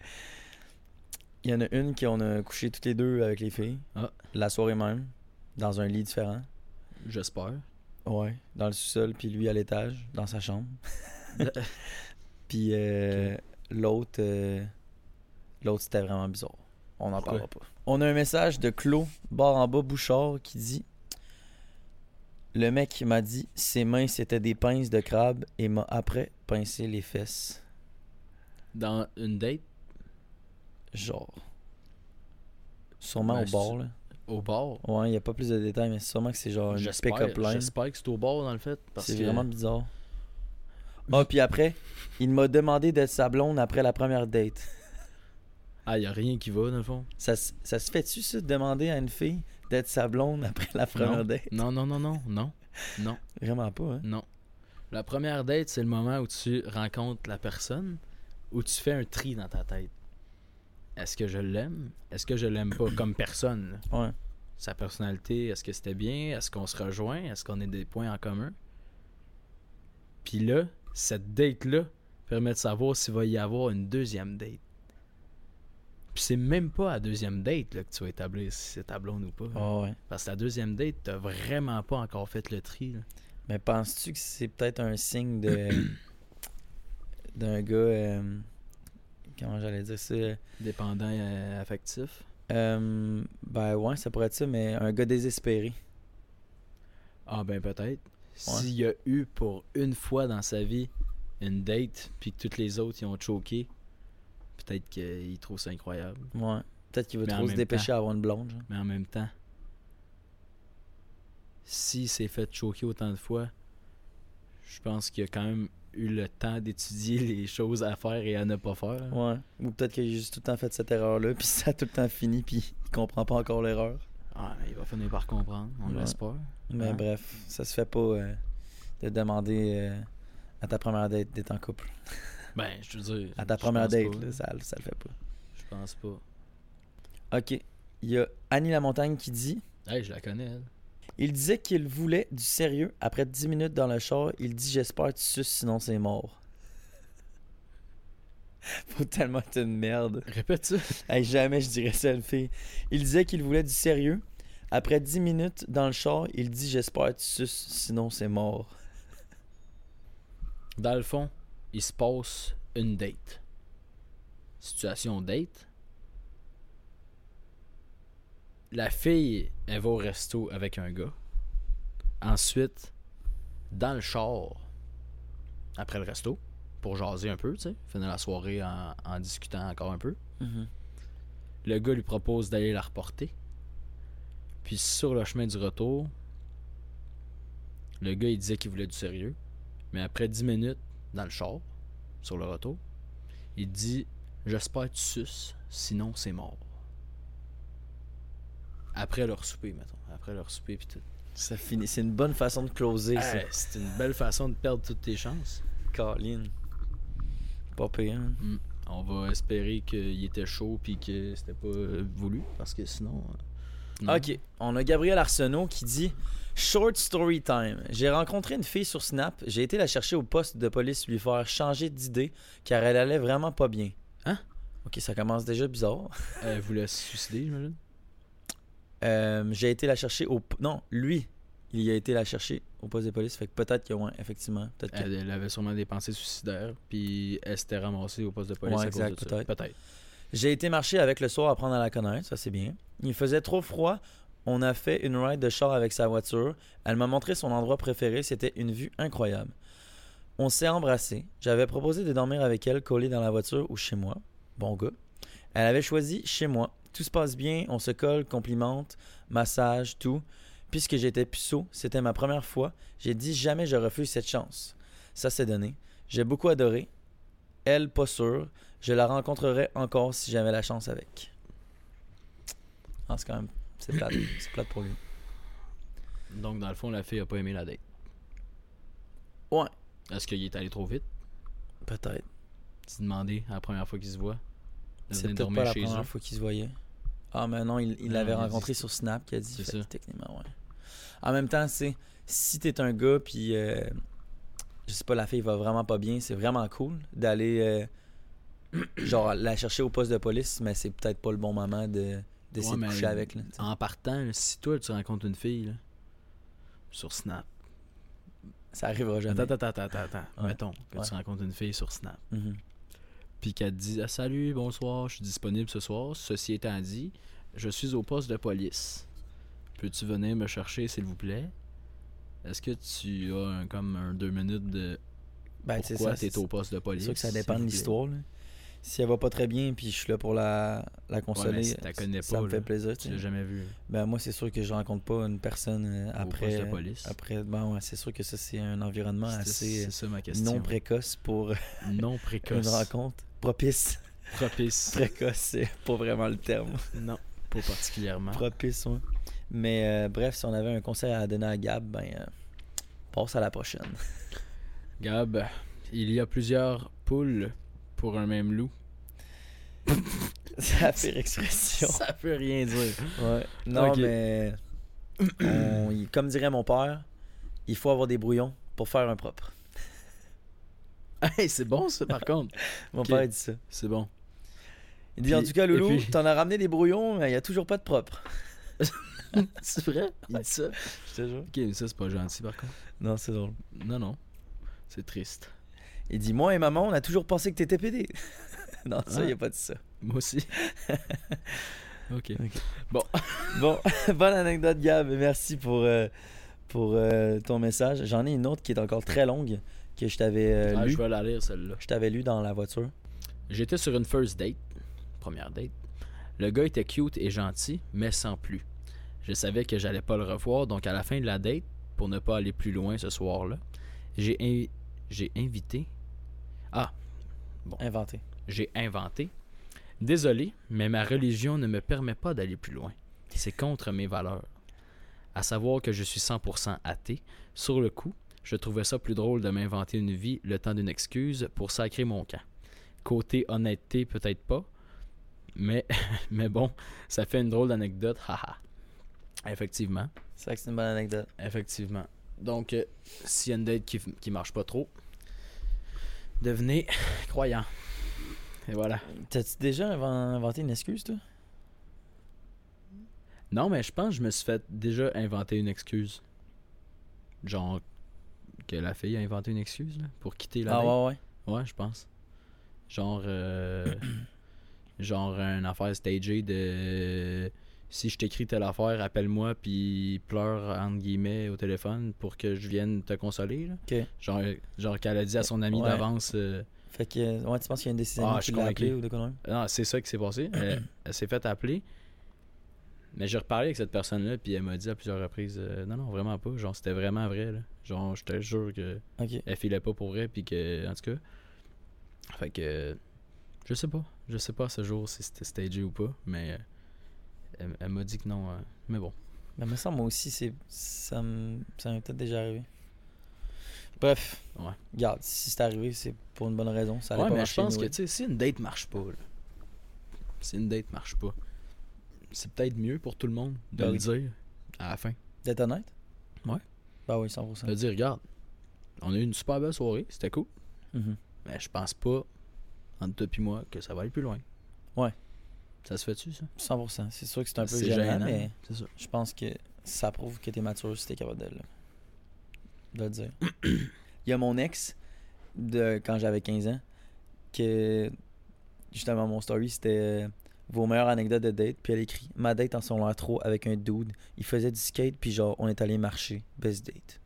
B: il y en a une qui on a couché toutes les deux avec les filles.
A: Ah.
B: La soirée même, dans un lit différent.
A: J'espère.
B: Ouais. Dans le sous-sol, puis lui à l'étage, dans
A: [LAUGHS]
B: sa chambre. [LAUGHS] puis, euh, l'autre, euh, l'autre, c'était vraiment bizarre. On n'en
A: Pourquoi?
B: parlera pas. On a un message de Clos, barre en bas, Bouchard, qui dit Le mec m'a dit ses mains c'était des pinces de crabe et m'a après pincé les fesses.
A: Dans une date,
B: Genre. Sûrement
A: Ben,
B: au bord, là.
A: au bar,
B: Ouais, il n'y a pas plus de détails, mais sûrement que c'est genre une
A: j'espère
B: pick-up line.
A: j'espère que c'est au bar, dans le fait. Parce
B: C'est
A: que-
B: vraiment bizarre. Ah, puis après, il m'a demandé d'être sa blonde après la première date.
A: Ah, y a rien qui va, dans le fond.
B: Ça, s- ça se fait-tu, ça, de demander à une fille d'être sa blonde après la première date
A: Non, non, non, non, non. Non,
B: Vraiment pas, hein.
A: non. La première date, c'est le moment où tu rencontres la personne, où tu fais un tri dans ta tête. Est-ce que je l'aime Est-ce que je l'aime pas comme personne là?
B: Ouais.
A: sa personnalité, est-ce que c'était bien, est-ce qu'on se rejoint, est-ce qu'on a des points en commun. Puis là, cette date-là permet de savoir s'il va y avoir une deuxième date. Puis c'est même pas à la deuxième date là, que tu vas établir si c'est ta blonde ou pas.
B: Ah ouais.
A: Parce que la deuxième date, t'as vraiment pas encore fait le tri. là.
B: Mais penses-tu que c'est peut-être un
A: [COUGHS]
B: signe de d'un gars euh, comment j'allais dire ça
A: Dépendant euh, affectif.
B: Euh, ben ouais ça pourrait être ça mais un gars désespéré
A: Ah ben peut-être. S'il y a eu pour une fois dans sa vie une date, puis que toutes les autres y ont choqué, peut-être qu'il trouve ça incroyable.
B: Ouais. Peut-être qu'il veut
A: Mais en
B: trop se
A: même
B: dépêcher à avoir une blonde. genre.
A: Mais en même temps, s'il s'est fait choquer autant de fois, je pense qu'il a quand même eu le temps d'étudier [LAUGHS] les choses à faire et à ne pas faire.
B: Ouais. Ou peut-être qu'il a juste tout le temps fait cette erreur-là, [LAUGHS] puis ça a tout le temps fini, puis il comprend pas encore l'erreur.
A: Ah, mais il va finir par comprendre, on
B: Ouais.
A: l'espère.
B: Mais
A: Hein?
B: bref, ça se fait pas euh, de demander euh, à ta première date d'être en couple.
A: Ben, je veux dire.
B: À ta
A: je
B: première
A: pense
B: date,
A: pas.
B: là, ça, ça le fait pas.
A: Je pense pas.
B: Ok. Il y a Annie Lamontagne qui dit
A: Hey, je la connais, elle.
B: Il disait qu'il voulait du sérieux. Après 10 minutes dans le char, il dit J'espère que tu suces, sinon c'est mort. [LAUGHS] Faut tellement être une merde.
A: Répète ça.
B: Hey, jamais je dirais ça à une fille. Il disait qu'il voulait du sérieux. Après 10 minutes dans le char, il dit J'espère que tu suces, sinon c'est mort.
A: Dans le fond, il se passe une date. Situation date. La fille, elle va au resto avec un gars. Ensuite, dans le char, après le resto, pour jaser un peu, tu sais, finir la soirée en, en discutant encore un peu. Le gars lui propose d'aller la reporter. Puis sur le chemin du retour, le gars il disait qu'il voulait du sérieux. Mais après 10 minutes dans le char, sur le retour, il dit J'espère que tu suces, sinon c'est mort. Après leur souper, mettons. Après leur souper, puis tout.
B: Ça finit. C'est une bonne façon de closer, ça.
A: Hey, C'est une belle façon de perdre toutes tes chances.
B: Colin. Pas pire. hein?
A: On va espérer qu'il était chaud puis que c'était pas euh, voulu, parce que sinon. euh, non.
B: Ok, on a Gabriel Arsenault qui dit Short story time. J'ai rencontré une fille sur Snap. J'ai été la chercher au poste de police lui faire changer d'idée car elle allait vraiment pas bien.
A: Hein?
B: Ok, ça commence déjà bizarre.
A: Elle voulait se suicider, j'imagine.
B: Euh, j'ai été la chercher au. p- Non, lui, il a été la chercher au poste de police. Fait que peut-être que, ouais, effectivement. Peut-être que-
A: Elle, elle avait sûrement des pensées suicidaires, puis elle s'était ramassée au poste de police
B: Ouais,
A: à
B: exact,
A: cause de ça.
B: peut-être.
A: Peut-être.
B: J'ai été marcher avec le soir à apprendre à la connaître, ça c'est bien. Il faisait trop froid. On a fait une ride de char avec sa voiture. Elle m'a montré son endroit préféré, c'était une vue incroyable. On s'est embrassés. J'avais proposé de dormir avec elle collée dans la voiture ou chez moi. Bon gars. Elle avait choisi chez moi. Tout se passe bien, on se colle, complimente, massage, tout. Puisque j'étais puceau, c'était ma première fois. J'ai dit jamais je refuse cette chance. Ça s'est donné. J'ai beaucoup adoré. Elle, pas sûre. Je la rencontrerai encore si j'avais la chance avec. Ah, c'est quand même. C'est [CLEARS THROAT] plate. C'est plate pour lui.
A: Donc, dans le fond, la fille a pas aimé la date.
B: Ouais.
A: Est-ce qu'il est allé trop vite?
B: Peut-être.
A: Tu demandé à la première fois qu'il se voit? De
B: C'est
A: venir
B: peut-être
A: dormir
B: pas la
A: chez
B: première
A: eux?
B: fois qu'ils se voyaient. Ah, mais non, il il
A: Non,
B: l'avait
A: il a dit-
B: rencontré sur Snap qu'il a dit.
A: C'est
B: fait
A: ça.
B: que Techniquement, ouais. En même temps, c'est. Si t'es un gars, puis. euh, je sais pas, la fille va vraiment pas bien, c'est vraiment cool d'aller. euh, [CLEARS THROAT] genre, la chercher au poste de police, mais c'est peut-être pas le bon moment de. D'essayer
A: Ouais,
B: de
A: mais
B: coucher avec. Là, tu sais.
A: En partant, là, si toi, tu rencontres une fille, là, sur Snap.
B: ça arrivera jamais.
A: Attends, attends, attends, attends, attends.
B: Ouais.
A: Mettons que
B: Ouais.
A: tu rencontres une fille sur Snap.
B: Mhm.
A: Puis qu'elle te dit Ah, Salut, bonsoir, je suis disponible ce soir. Ceci étant dit, je suis au poste de police. Peux-tu venir me chercher, s'il vous plaît Est-ce que tu as un- comme un deux minutes de
B: Ben, tu sais,
A: pourquoi
B: ça,
A: tu es au poste de police
B: C'est sûr que ça
A: s'il
B: dépend
A: vous
B: de
A: plaît?
B: l'histoire. là. Si elle va pas très bien, puis je suis là pour la, la consoler,
A: mais si t'as connais
B: ça
A: pas,
B: me fait
A: là,
B: plaisir.
A: Tu
B: tu
A: l'as
B: sais.
A: jamais vu
B: Ben, moi, c'est sûr que je rencontre pas une personne euh,
A: au
B: après.
A: poste de police.
B: après ben, ouais, c'est sûr que ça, c'est un environnement
A: C'est-
B: assez
A: c'est ça ma
B: euh,
A: question.
B: non précoce pour euh,
A: Non
B: une
A: précoce.
B: rencontre. Propice. [LAUGHS]
A: Propice.
B: précoce, c'est pas vraiment le terme.
A: [LAUGHS] non, pas particulièrement.
B: Propice, ouais. Mais euh, bref, si on avait un conseil à donner à Gab, ben, euh, passe à la prochaine. [LAUGHS]
A: Gab, il y a plusieurs poules pour un même loup.
B: C'est la pire expression.
A: Ça peut rien dire.
B: Ouais. Non,
A: Ok.
B: mais on- il- comme dirait mon père, il faut avoir des brouillons pour faire un propre.
A: [LAUGHS] Hey, c'est bon ça par contre.
B: Mon
A: Ok.
B: père il dit ça.
A: C'est bon.
B: Il dit
A: Puis-
B: en tout cas, Loulou,
A: et puis-
B: t'en as ramené des brouillons, mais il n'y a toujours pas de propre.
A: C'est vrai? Il dit ça?
B: Je te jure.
A: Ok, mais ça c'est pas gentil par contre.
B: Non, c'est drôle.
A: Non, non. C'est triste. [LAUGHS]
B: Il dit Moi et maman, on a toujours pensé que t'étais pédé. [LAUGHS] non, ça,
A: Ah.
B: il n'y a pas de ça.
A: Moi aussi. ok.
B: [LAUGHS] Bon, bonne anecdote, Gab. Merci pour, euh, pour euh, ton message. J'en ai une autre qui est encore très longue que je t'avais euh,
A: Ah,
B: lu.
A: je vais la lire celle-là.
B: Je t'avais lu dans la voiture.
A: J'étais sur une first date, première date. Le gars était cute et gentil, mais sans plus. Je savais que j'allais pas le revoir, donc à la fin de la date, pour ne pas aller plus loin ce soir-là, j'ai in- j'ai invité. Ah,
B: Inventé.
A: j'ai inventé. Désolé, mais ma religion ne me permet pas d'aller plus loin. C'est contre mes valeurs. À savoir que je suis 100% athée, sur le coup, je trouvais ça plus drôle de m'inventer une vie le temps d'une excuse pour sacrer mon camp. Côté honnêteté, peut-être pas, mais, [LAUGHS] mais bon, ça fait une drôle d'anecdote, haha. Effectivement,
B: C'est vrai que c'est une bonne anecdote.
A: effectivement. Donc, euh, s'il y a une date qui, qui marche pas trop, devenez [LAUGHS] croyant. Et voilà.
B: T'as-tu déjà inven- inventé une excuse, toi
A: Non, mais je pense que je me suis fait déjà inventer une excuse. Genre que la fille a inventé une excuse là, pour quitter la
B: Ah
A: date.
B: ouais, ouais.
A: ouais. je pense. Genre euh, [COUGHS] genre une affaire stagée de si je t'écris telle affaire, appelle-moi puis pleure entre guillemets au téléphone pour que je vienne te consoler là.
B: Ok.
A: Genre euh, genre qu'elle a dit à son ami
B: Ouais.
A: d'avance euh,
B: Fait que, euh, ouais, tu penses qu'il y a une décision
A: Ah, je
B: qui
A: suis
B: l'a appelé
A: convaincu.
B: ou de quoi de même?
A: Non, c'est ça qui s'est passé. Elle,
B: [CLEARS THROAT]
A: elle s'est fait appeler. Mais j'ai reparlé avec cette personne-là, puis elle m'a dit à plusieurs reprises euh, Non, non, vraiment pas. Genre, c'était vraiment vrai. Là. Genre, je te jure qu'elle
B: Ok.
A: filait pas pour vrai, puis que. En tout cas. Fait que. Je sais pas. Je sais pas à ce jour si c'était stagé ou pas, mais. euh, elle, elle m'a dit que non. euh, mais bon.
B: Ben, Mais me semble, moi aussi, c'est ça me- ça m'est peut-être déjà arrivé. Bref.
A: Ouais.
B: Regarde, si c'est arrivé, c'est pour une bonne raison. Ça allait
A: ouais,
B: pas
A: mais je
B: marcher,
A: pense que,
B: anyway.
A: tu sais, si une date marche pas, là, si une date marche pas, c'est peut-être mieux pour tout le monde de
B: Ben
A: le
B: oui.
A: dire à la fin.
B: D'être honnête?
A: Ouais. Euh,
B: Bah oui, 100%.
A: Je dit, regarde, on a eu une super belle soirée, c'était cool,
B: Mhm.
A: mais je pense pas, entre toi et moi, que ça va aller plus loin.
B: Ouais.
A: Ça se fait-tu, ça?
B: 100%. C'est sûr que c'est un peu
A: C'est
B: gênant,
A: gênant,
B: mais
A: C'est ça.
B: je pense que ça prouve que t'es mature si t'es capable de le, de
A: [COUGHS]
B: le dire. Il y a mon ex, de quand j'avais 15 ans, que justement mon story c'était euh, vos meilleures anecdotes de date, puis elle écrit ma date en son l'air trop avec un dude. Il faisait du skate, puis genre on est allé marcher. Best date.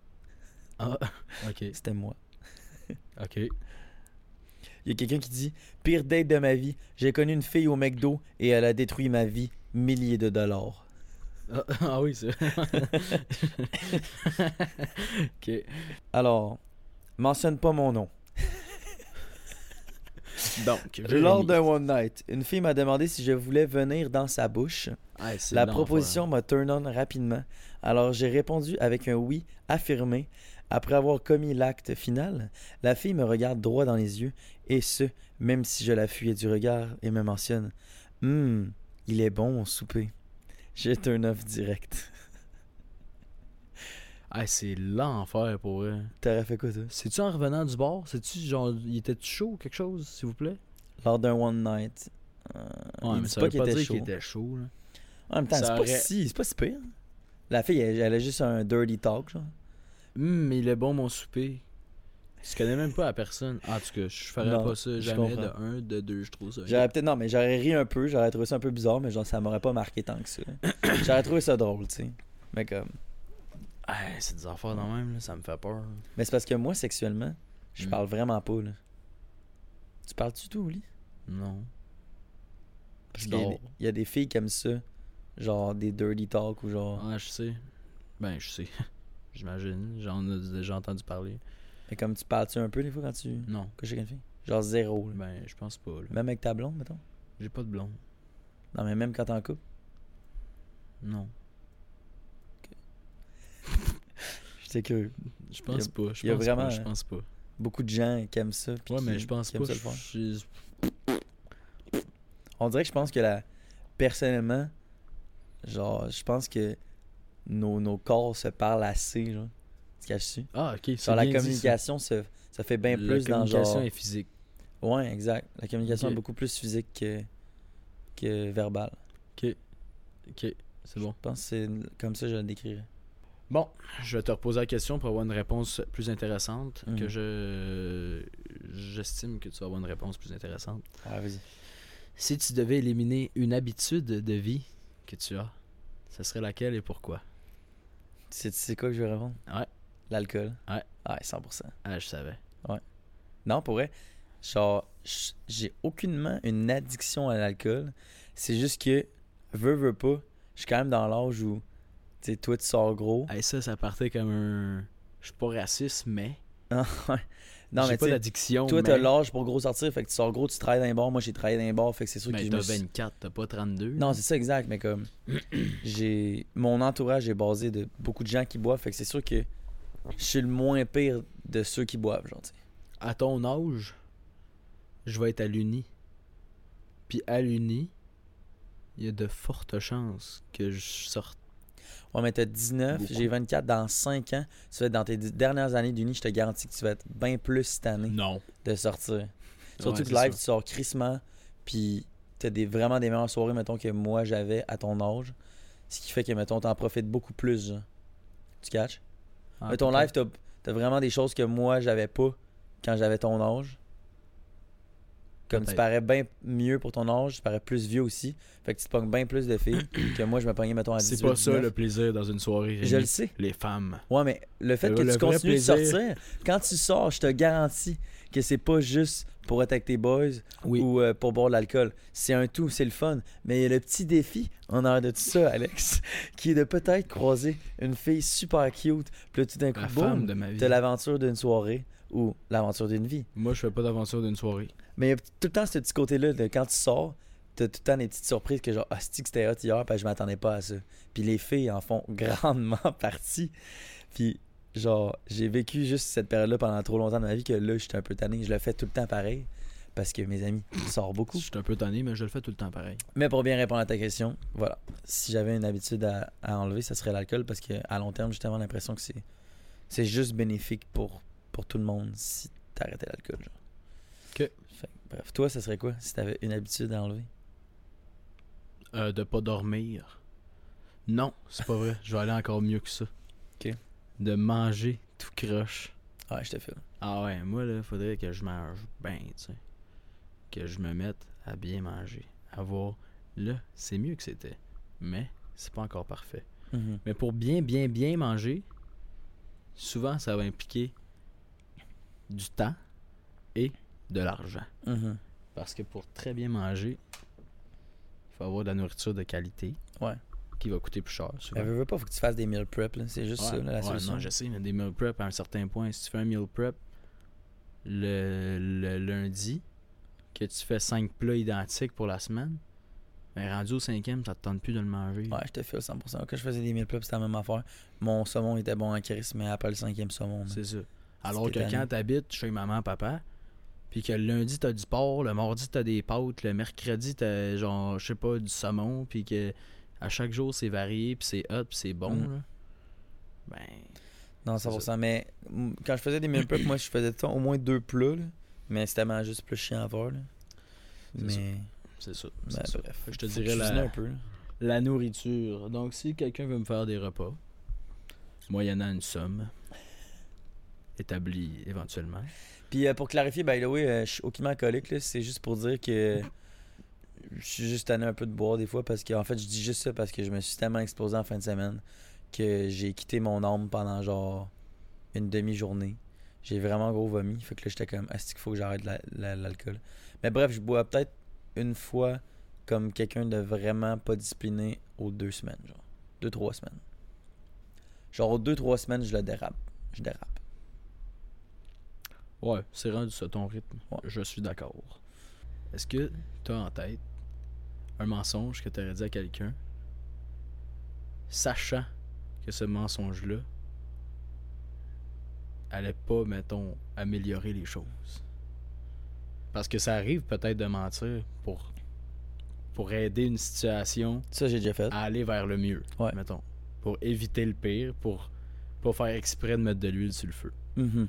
A: Ah, ok,
B: C'était moi.
A: ok.
B: Il y a quelqu'un qui dit Pire date de ma vie, j'ai connu une fille au McDo et elle a détruit ma vie, milliers de dollars.
A: Ah, ah oui, c'est... [LAUGHS] ok.
B: Alors, mentionne pas mon nom.
A: Donc,
B: Lors
A: Jérémy.
B: d'un one night, une fille m'a demandé si je voulais venir dans sa bouche.
A: Ah, c'est
B: La
A: l'enfer.
B: proposition m'a turn on rapidement. Alors j'ai répondu avec un oui affirmé. Après avoir commis l'acte final, la fille me regarde droit dans les yeux et ce, même si je la fuyais du regard et me mentionne Hum, il est bon mon souper. J'ai turn off direct. [LAUGHS]
A: Ah, c'est l'enfer pour eux.
B: T'aurais fait quoi, toi
A: C'est-tu en revenant du bord? C'est-tu genre, il était chaud ou quelque chose, s'il vous plaît?
B: Lors d'un one night. euh, il dit
A: ça
B: pas
A: veut
B: qu'il
A: pas
B: était
A: dire
B: chaud.
A: qu'il était chaud, là.
B: En même temps,
A: Ça
B: c'est pas,
A: aurait-
B: si, c'est pas si pire. La fille, elle, elle a juste un dirty talk, genre.
A: Hum, il est bon mon souper. Je connais même pas la personne. En tout cas, je ferais
B: Non,
A: pas ça
B: je
A: jamais de
B: comprends.
A: un, de deux, je trouve ça.
B: J'aurais peut-être non, mais j'aurais ri un peu, j'aurais trouvé ça un peu bizarre, mais genre ça m'aurait pas marqué tant
A: [COUGHS]
B: que ça. j'aurais trouvé ça drôle, tu sais. Mais comme
A: Hey, c'est des affaires quand même, là, ça me fait peur.
B: mais c'est parce que moi sexuellement, je
A: Mm.
B: parle vraiment pas là. Tu parles du tout, Oli
A: Non.
B: Parce
A: Je
B: qu'il y, a
A: dors.
B: des- il y a des filles comme ça, genre des dirty talk ou genre
A: Ah, je sais. Ben, je sais. [LAUGHS] J'imagine. J'en ai déjà entendu parler.
B: mais comme tu parles tu un peu des fois quand tu
A: Non.
B: couches avec une fille, genre zéro. là.
A: Ben, je pense pas. là.
B: Même avec ta blonde mettons.
A: J'ai pas de blonde.
B: Non, mais même quand t'es en couple,
A: Non.
B: j'étais curieux.
A: Je pense pas. Je
B: il y a
A: pense
B: vraiment-
A: pas. Je pense pas.
B: Beaucoup de gens qui aiment ça. puis
A: Ouais,
B: qui-
A: mais je pense
B: qui
A: pas.
B: aiment ça le faire.
A: Je- je-
B: On dirait que je pense que la. Personnellement, genre, je pense que nos, nos corps se parlent assez, genre. Tu caches-tu?
A: Ah, ok. c'est
B: Genre, la
A: bien dit, ça.
B: communication, se, ça fait
A: La
B: bien plus dans
A: communication
B: genre.
A: est physique.
B: Ouais, exact. La communication
A: Ok.
B: est beaucoup plus physique que, que verbale.
A: Ok, c'est bon.
B: Je pense que c'est comme ça que je le décrirais.
A: Bon, je vais te reposer la question pour avoir une réponse plus intéressante.
B: Mhm.
A: Que je j'estime que tu vas avoir une réponse plus intéressante.
B: Ah, vas-y.
A: Si tu devais éliminer une habitude de vie que tu as, ce serait laquelle et pourquoi
B: C'est c'est quoi que je vais répondre?
A: Ouais.
B: L'alcool?
A: Ouais.
B: Ouais, 100%.
A: Ah, je savais.
B: Non, pour vrai, genre, j- j'ai aucunement une addiction à l'alcool. C'est juste que, veux, veux pas, je suis quand même dans l'âge où, tu sais, toi, tu sors gros.
A: Hey, ça, ça partait comme un. Je suis pas raciste, mais.
B: Non, ouais. Non,
A: J'ai
B: mais tu
A: pas
B: sais,
A: d'addiction.
B: toi,
A: mais...
B: t'as l'âge pour gros sortir, fait que tu sors gros, tu travailles dans les bars. Moi, j'ai travaillé dans les bars, fait que c'est sûr que
A: Mais
B: je
A: t'as ben
B: me suis-
A: 24, t'as pas 32.
B: Non, c'est ça exact, mais comme [CLEARS THROAT] j'ai mon entourage est basé de beaucoup de gens qui boivent, fait que c'est sûr que je suis le moins pire de ceux qui boivent, genre. tu sais.
A: à ton âge, je vais être à l'uni. Puis à l'uni, il y a de fortes chances que je sorte.
B: Ouais, mais t'as 19,
A: Beaucoup.
B: j'ai 24 dans 5 ans. Tu vas être dans tes dix- dernières années d'uni, je te garantis que tu vas être bien plus cette année
A: Non.
B: de sortir. Surtout
A: Mm. Ouais,
B: que
A: c'est
B: live,
A: ça.
B: tu sors crissement, puis t'as des, vraiment des meilleures soirées, mettons, que moi j'avais à ton âge. Ce qui fait que, mettons, t'en profites beaucoup plus, genre. Tu catches?
A: Ah,
B: Mais euh, ton
A: peut-être.
B: live, t'as t'as vraiment des choses que moi, j'avais pas quand j'avais ton âge. Comme tu
A: Peut-être.
B: parais bien mieux pour ton âge, tu parais plus vieux aussi. Fait que tu te pognes bien plus de
A: [CLEARS THROAT]
B: filles que moi, je me pognais, mettons, à 18
A: Ah, C'est pas ça
B: 19.
A: le plaisir dans une soirée.
B: Je
A: Rémi.
B: le sais.
A: Les femmes.
B: Ouais, mais le fait
A: Le-
B: que
A: le
B: tu
A: vrai
B: continues de
A: plaisir.
B: sortir, quand tu sors, je te garantis que c'est pas juste pour être avec tes boys
A: Oui.
B: ou euh, pour boire de l'alcool. C'est un tout, c'est le fun. Mais il y a le petit défi en arrière de tout ça, [LAUGHS] Alex, qui est de peut-être croiser une fille super cute, puis là, tout d'un coup,
A: La
B: boum,
A: femme de ma vie.
B: de l'aventure d'une soirée ou l'aventure d'une vie.
A: Moi, je fais pas d'aventure d'une soirée.
B: Mais il y a tout le temps ce petit côté-là de quand tu sors, t'as tout le temps des petites surprises que genre, ah, c'est-tu que c'était hot hier, parce que je m'attendais pas à ça. Puis les filles en font [LAUGHS] grandement partie. Puis genre, j'ai vécu juste cette période-là pendant trop longtemps de ma vie que là, j'étais un peu tanné. Je le fais tout le temps pareil parce que mes amis, on sort beaucoup.
A: Je suis un peu tanné, mais je le fais tout le temps pareil.
B: Mais pour bien répondre à ta question, voilà. Si j'avais une habitude à, à enlever, ça serait l'alcool parce que à long terme, j'ai tellement l'impression que c'est c'est juste bénéfique pour, pour tout le monde si t'arrêtais l'alcool. Genre.
A: Ok.
B: Fait que, bref, toi, ça serait quoi si t'avais une habitude à enlever
A: Euh, de pas dormir. Non, c'est pas vrai. Je vais aller encore mieux que ça.
B: Ok.
A: De manger tout croche.
B: Ouais, je te file.
A: Ah ouais, moi là, faudrait que je mange bien, tu sais. Que je me mette à bien manger. À voir, là, c'est mieux que c'était. Mais c'est pas encore parfait.
B: Mhm.
A: Mais pour bien, bien, bien manger, souvent ça va impliquer du temps et de l'argent.
B: Mhm.
A: Parce que pour très bien manger, il faut avoir de la nourriture de qualité.
B: Ouais.
A: Qui va coûter plus cher,
B: Mais
A: souvent.
B: veux, veux pas, faut que tu fasses des meal prep, là. c'est juste ça
A: Ouais,
B: là, la
A: ouais,
B: solution.
A: non, je sais, mais des meal prep, à un certain point, si tu fais un meal prep le, le lundi, que tu fais 5 plats identiques pour la semaine, ben, rendu au cinquième, ça te tente plus de le manger.
B: Ouais, je te file 100%. Quand je faisais des meal prep, c'était la même affaire. Mon saumon était bon en crise, mais après le cinquième saumon. man.
A: C'est ça. Alors que
B: tanné.
A: quand t'habites chez maman, papa, puis que le lundi t'as du porc, le mardi t'as des pâtes, le mercredi t'as genre, je sais pas, du saumon, puis que à chaque jour c'est varié, puis c'est hot, puis c'est bon,
B: Mm.
A: là, ben,
B: Non,
A: C'est
B: 100%. Mais mm, quand je faisais des meal prep, moi, je faisais tout le temps au moins deux plats. là. Mais c'était vraiment juste plus chiant à voir. là.
A: C'est
B: Mais,
A: ça, c'est ça. c'est
B: ben,
A: ça.
B: bref.
A: Je te
B: Faut
A: dirais
B: cuisiner
A: la-
B: un peu, là.
A: La nourriture. Donc, si quelqu'un veut me faire des repas, moyennant une somme [LAUGHS] établie éventuellement.
B: Puis euh, pour clarifier, by the way, euh, je suis aucunement alcoolique. là. C'est juste pour dire que je suis juste tanné un peu de boire des fois. Parce qu'en fait, je dis juste ça parce que je me suis tellement exposé en fin de semaine que j'ai quitté mon âme pendant genre une demi-journée. J'ai vraiment gros vomi. Fait que là, j'étais comme, est-ce qu'il faut que j'arrête la- la- l'alcool? Mais bref, je bois peut-être une fois comme quelqu'un de vraiment pas discipliné aux deux semaines, genre. Deux, trois semaines. Genre, aux deux, trois semaines, je le dérape. Je dérape.
A: Ouais, c'est rendu ça ton rythme.
B: Ouais.
A: Je suis d'accord. Est-ce que tu as en tête un mensonge que tu aurais dit à quelqu'un, sachant que ce mensonge-là allait pas, mettons, améliorer les choses? Parce que ça arrive peut-être de mentir pour, pour aider une situation
B: Ça, j'ai déjà fait.
A: à aller vers le mieux,
B: Ouais.
A: mettons, pour éviter le pire, pour pas faire exprès de mettre de l'huile sur le feu.
B: Mhm.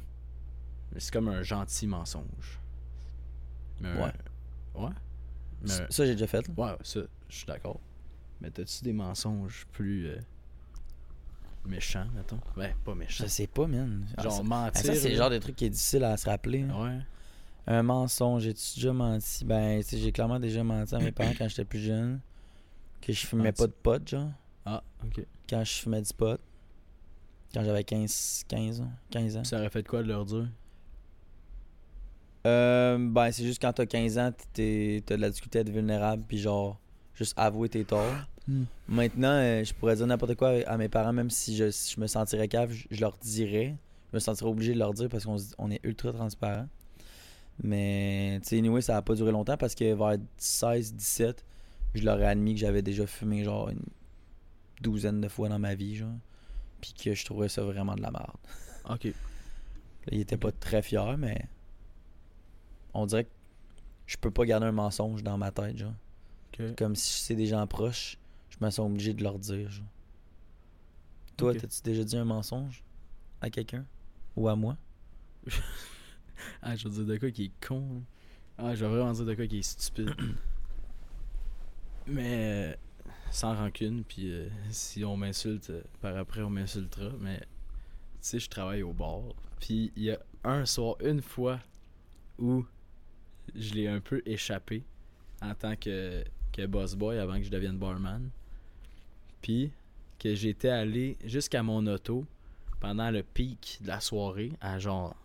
A: Mais C'est comme un gentil mensonge. Mais un-
B: Ouais.
A: Ouais. Mais
B: Ça,
A: un-
B: ça, j'ai déjà fait. là.
A: Ouais, ça, je suis d'accord. Mais t'as-tu des mensonges plus euh, méchants, mettons? Ouais, pas méchants.
B: Je sais pas, man. Ah,
A: Genre
B: ça- ah,
A: mentir.
B: ça, c'est le
A: là.
B: genre de truc qui est difficile à se rappeler. hein.
A: Ouais.
B: Un mensonge, j'ai-tu déjà menti? Ben, tu sais, j'ai clairement déjà menti à mes parents quand j'étais plus jeune. Que je fumais
A: Menti.
B: pas de pot, genre.
A: Ah, ok.
B: Quand je fumais du pot. Quand j'avais 15, 15 ans. 15 ans.
A: Ça aurait fait quoi de leur dire
B: Euh, ben, c'est juste quand t'as 15 ans, t'es- t'as de la difficulté à être vulnérable, puis genre, juste avouer tes torts.
A: Hmm.
B: Maintenant, euh, je pourrais dire n'importe quoi à mes parents, même si je, si je me sentirais cave, je, je leur dirais. Je me sentirais obligé de leur dire parce qu'on se- on est ultra transparent. Mais, tu sais, anyway, ça a pas duré longtemps parce que vers 16, 17, je leur ai admis que j'avais déjà fumé genre une douzaine de fois dans ma vie, genre. Puis que je trouvais ça vraiment de la merde.
A: Ok.
B: Il était pas très fier, mais on dirait que je peux pas garder un mensonge dans ma tête, genre.
A: ok.
B: Comme si c'est des gens proches, je me sens obligé de leur dire, genre. Toi,
A: Ok.
B: t'as-tu déjà dit un mensonge à quelqu'un ou à moi
A: [COUGHS] Ah, je vais dire de quoi qui est con. hein. Ah, je vais vraiment dire de quoi qui est stupide. [COUGHS] mais euh, sans rancune, puis euh, si on m'insulte, euh, par après on m'insultera. Mais tu sais, je travaille au bar. Puis il y a un soir, une fois, où je l'ai un peu échappé en tant que, que boss boy avant que je devienne barman. Puis que j'étais allé jusqu'à mon auto pendant le pic de la soirée à genre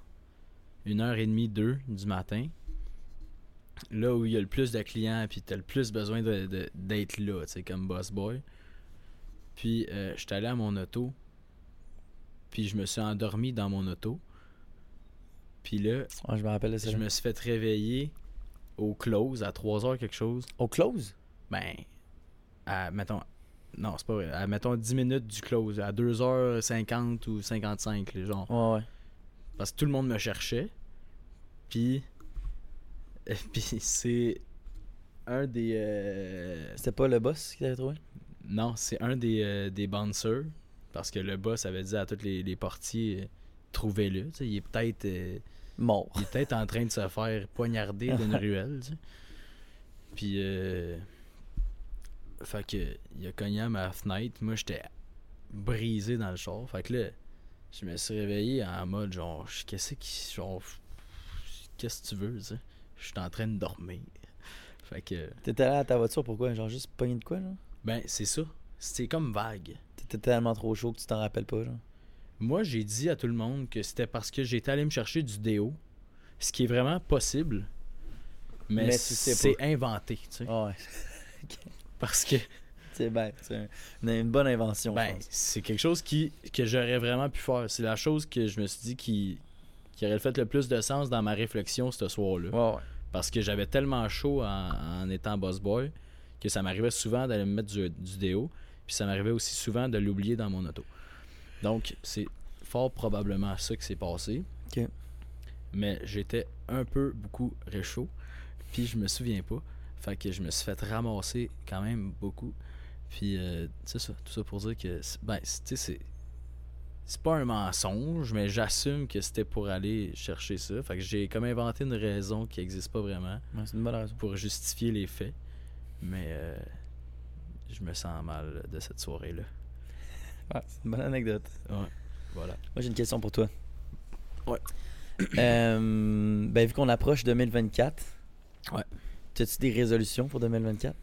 A: une heure et demie, deux du matin, là où il y a le plus de clients, puis t'as le plus besoin de- de- d'être là, tu sais, comme boss boy. Puis, euh, je j'étais allé à mon auto, puis je me suis endormi dans mon auto. Puis là,
B: Ouais, Je me rappelle de ça.
A: je me suis fait réveiller au close à 3 heures quelque chose.
B: Au close
A: Ben, à, mettons, non, c'est pas vrai, à, mettons 10 minutes du close, à 2h50 ou 55, les gens
B: Ouais, ouais.
A: parce que tout le monde me cherchait. Puis, [LAUGHS] euh, puis c'est un des euh,
B: C'était pas le boss qui t'avait trouvé
A: non, c'est un des euh, des bouncers parce que le boss avait dit à tous les, les portiers euh, trouvez-le, tu sais, il est peut-être euh,
B: Mort.
A: il est peut-être en train de se faire
B: [LAUGHS]
A: poignarder d'une ruelle, tu sais. Puis, euh, fait que, il a cogné à ma fenêtre. Moi, j'étais brisé dans le char. Fait que là, je me suis réveillé en mode genre, Je- qu'est-ce qui. Genre, qu'est-ce que tu veux, tu sais. Je suis en train de dormir. Fait que,
B: T'étais allé à ta voiture, pourquoi Genre juste pogné de quoi, genre
A: ben, c'est ça. C'était comme vague.
B: T'étais tellement trop chaud que tu t'en rappelles pas, genre.
A: Moi, j'ai dit à tout le monde que c'était parce que j'étais allé me chercher du déo, ce qui est vraiment possible, mais,
B: Mais tu sais pas.
A: c'est inventé, tu sais.
B: Ah ouais.
A: Parce que
B: [LAUGHS] C'est bien. C'est un- une, une bonne invention, je
A: ben,
B: pense.
A: c'est quelque chose qui, que j'aurais vraiment pu faire. C'est la chose que je me suis dit qui, qui aurait fait le plus de sens dans ma réflexion ce soir-là.
B: Ouais, ouais.
A: Parce que j'avais tellement chaud en, en étant boss boy que ça m'arrivait souvent d'aller me mettre du, du déo. Puis ça m'arrivait aussi souvent de l'oublier dans mon auto. Donc, c'est fort probablement ça qui s'est passé.
B: Ok.
A: Mais j'étais un peu beaucoup réchaud. Puis je me souviens pas. Fait que je me suis fait ramasser quand même beaucoup. Puis, euh, c'est ça. Tout ça pour dire que, c'est- ben, c'est- tu sais, c'est. C'est pas un mensonge, mais j'assume que c'était pour aller chercher ça. Fait que j'ai comme inventé une raison qui n'existe pas vraiment
B: Ouais, c'est une bonne raison.
A: pour justifier les faits. Mais euh, je me sens mal de cette soirée-là.
B: Ouais, c'est une bonne anecdote.
A: Voilà.
B: Moi, j'ai une question pour toi.
A: Ouais.
B: Euh, ben, vu qu'on approche 2024.
A: Ouais.
B: As-tu des résolutions pour 2024?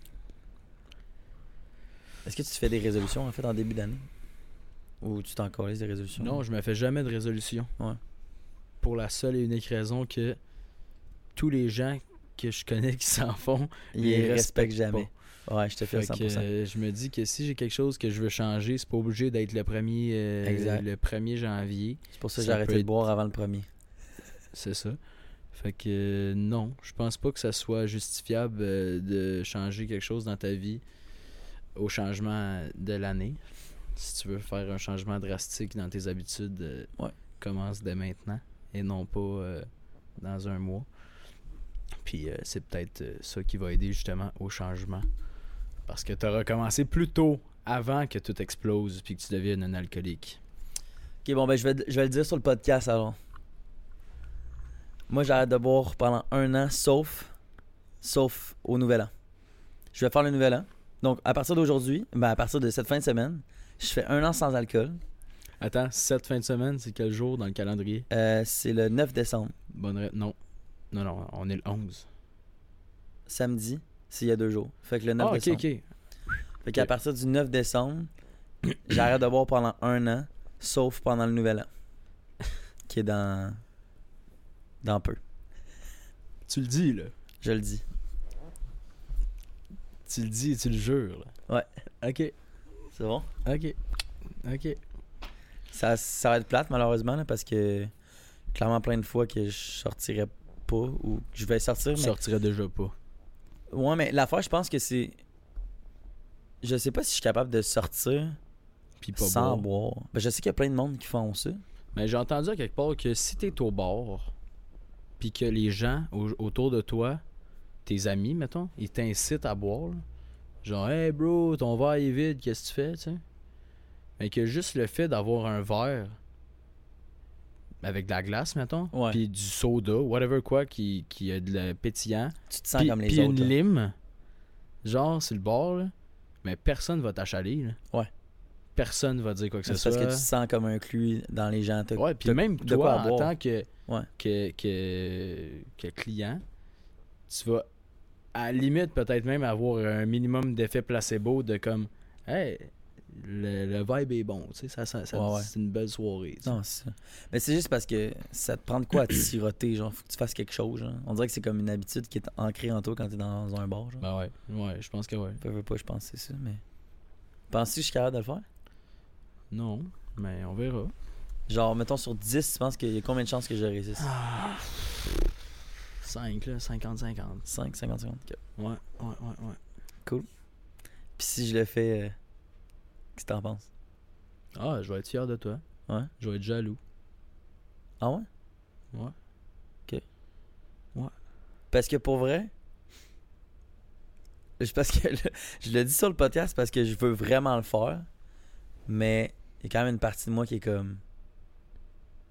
B: Est-ce que tu te fais des résolutions, en fait, en début d'année? Ou tu t'en calises des résolutions?
A: Non, je me fais jamais de résolution.
B: Ouais.
A: Pour la seule et unique raison que tous les gens que je connais qui s'en font,
B: Ils
A: les
B: respectent
A: respectent
B: jamais. Ouais, je te fais
A: Fait que,
B: 100%.
A: euh, je me dis que si j'ai quelque chose que je veux changer, c'est pas obligé d'être le premier euh,
B: Exact.
A: le 1er janvier.
B: C'est pour ça que
A: ça
B: j'ai arrêté
A: peut
B: de
A: être-
B: boire avant le premier.
A: C'est ça. Fait que euh, non, je pense pas que ça soit justifiable euh, de changer quelque chose dans ta vie au changement de l'année. Si tu veux faire un changement drastique dans tes habitudes, euh,
B: Ouais.
A: commence dès maintenant et non pas euh, dans un mois. Puis euh, c'est peut-être euh, ça qui va aider justement au changement. Parce que tu auras commencé plus tôt avant que tout explose puis que tu deviennes un alcoolique.
B: Ok, bon, ben, je vais, je vais le dire sur le podcast alors. Moi, j'arrête de boire pendant un an, sauf, sauf au nouvel an. Je vais faire le nouvel an. Donc, à partir d'aujourd'hui, ben, à partir de cette fin de semaine, je fais un an sans alcool.
A: Attends, cette fin de semaine, c'est quel jour dans le calendrier?
B: Euh, c'est le 9 décembre,
A: Bonne ré- Non. Non, non, on est le 11.
B: samedi. C'est il y a deux jours. Fait que le 9
A: Ah, ok,
B: décembre.
A: ok.
B: Fait qu'à
A: Ok.
B: partir du 9 décembre, j'arrête de boire pendant un an, sauf pendant le nouvel an, qui est dans dans peu.
A: Tu le dis, là.
B: Je le dis.
A: Tu le dis et tu le jures, là. Ouais. Ok,
B: C'est bon.
A: ok, ok.
B: Ça, ça va être plate malheureusement là, parce que clairement plein de fois que je sortirai pas ou que je vais sortir.
A: Tu
B: mais-
A: sortirais déjà pas.
B: Ouais, mais l'affaire, je pense que c'est. Je sais pas si je suis capable de sortir
A: Puis pas
B: sans
A: boire.
B: boire. Ben, je sais qu'il y a plein de monde qui font ça.
A: Mais j'ai entendu à quelque part que si t'es au bord, puis que les gens au- autour de toi, tes amis, mettons, ils t'incitent à boire, là. genre, hey bro, ton verre est vide, qu'est-ce que tu fais, tu sais? Mais que juste le fait d'avoir un verre avec de la glace, mettons,
B: Ouais.
A: puis du soda, whatever quoi, qui, qui a de la pétillant,
B: Tu te sens
A: puis
B: comme les
A: puis
B: autres.
A: une
B: là.
A: lime, genre, sur le bord, là, mais personne va t'achaler, là.
B: Ouais.
A: Personne va dire quoi que
B: C'est
A: ce
B: parce
A: soit.
B: que tu te sens comme inclus dans les gens. T'as-
A: Ouais, Euh, puis
B: t'as-
A: même
B: de
A: toi,
B: quoi
A: en
B: avoir.
A: tant que,
B: Ouais.
A: que, que, que client, tu vas à la limite peut-être même avoir un minimum d'effet placebo de comme Hey, le, le vibe est bon, tu sais, ça, ça, ça-
B: Ouais, ouais.
A: c'est une belle soirée. tu sais.
B: Non, c'est ça. Mais c'est juste parce que ça te prend
A: [CLEARS THROAT]
B: de quoi à te siroter. Genre, faut que tu fasses quelque chose. genre. On dirait que c'est comme une habitude qui est ancrée en toi quand t'es dans un bar. Genre.
A: Ben ouais, ouais, je pense que ouais.
B: Peu, peu, pas, je pense que c'est ça, mais. Penses-tu que je suis capable de le faire?
A: Non, mais on verra.
B: Genre, mettons sur 10, tu penses qu'il y a combien de chances que je réussisse?
A: Ah. 5, là, 50-50.
B: 5, 50 secondes. ok.
A: Ouais, ouais, ouais, ouais.
B: Puis si je le fais, euh, qu'est-ce que t'en penses?
A: Ah, je vais être fier de toi.
B: Ouais.
A: Je vais être jaloux.
B: Ah ouais?
A: Ouais.
B: Ok.
A: Ouais.
B: Parce que pour vrai, je, parce que le- je le dis sur le podcast parce que je veux vraiment le faire, mais il y a quand même une partie de moi qui est comme,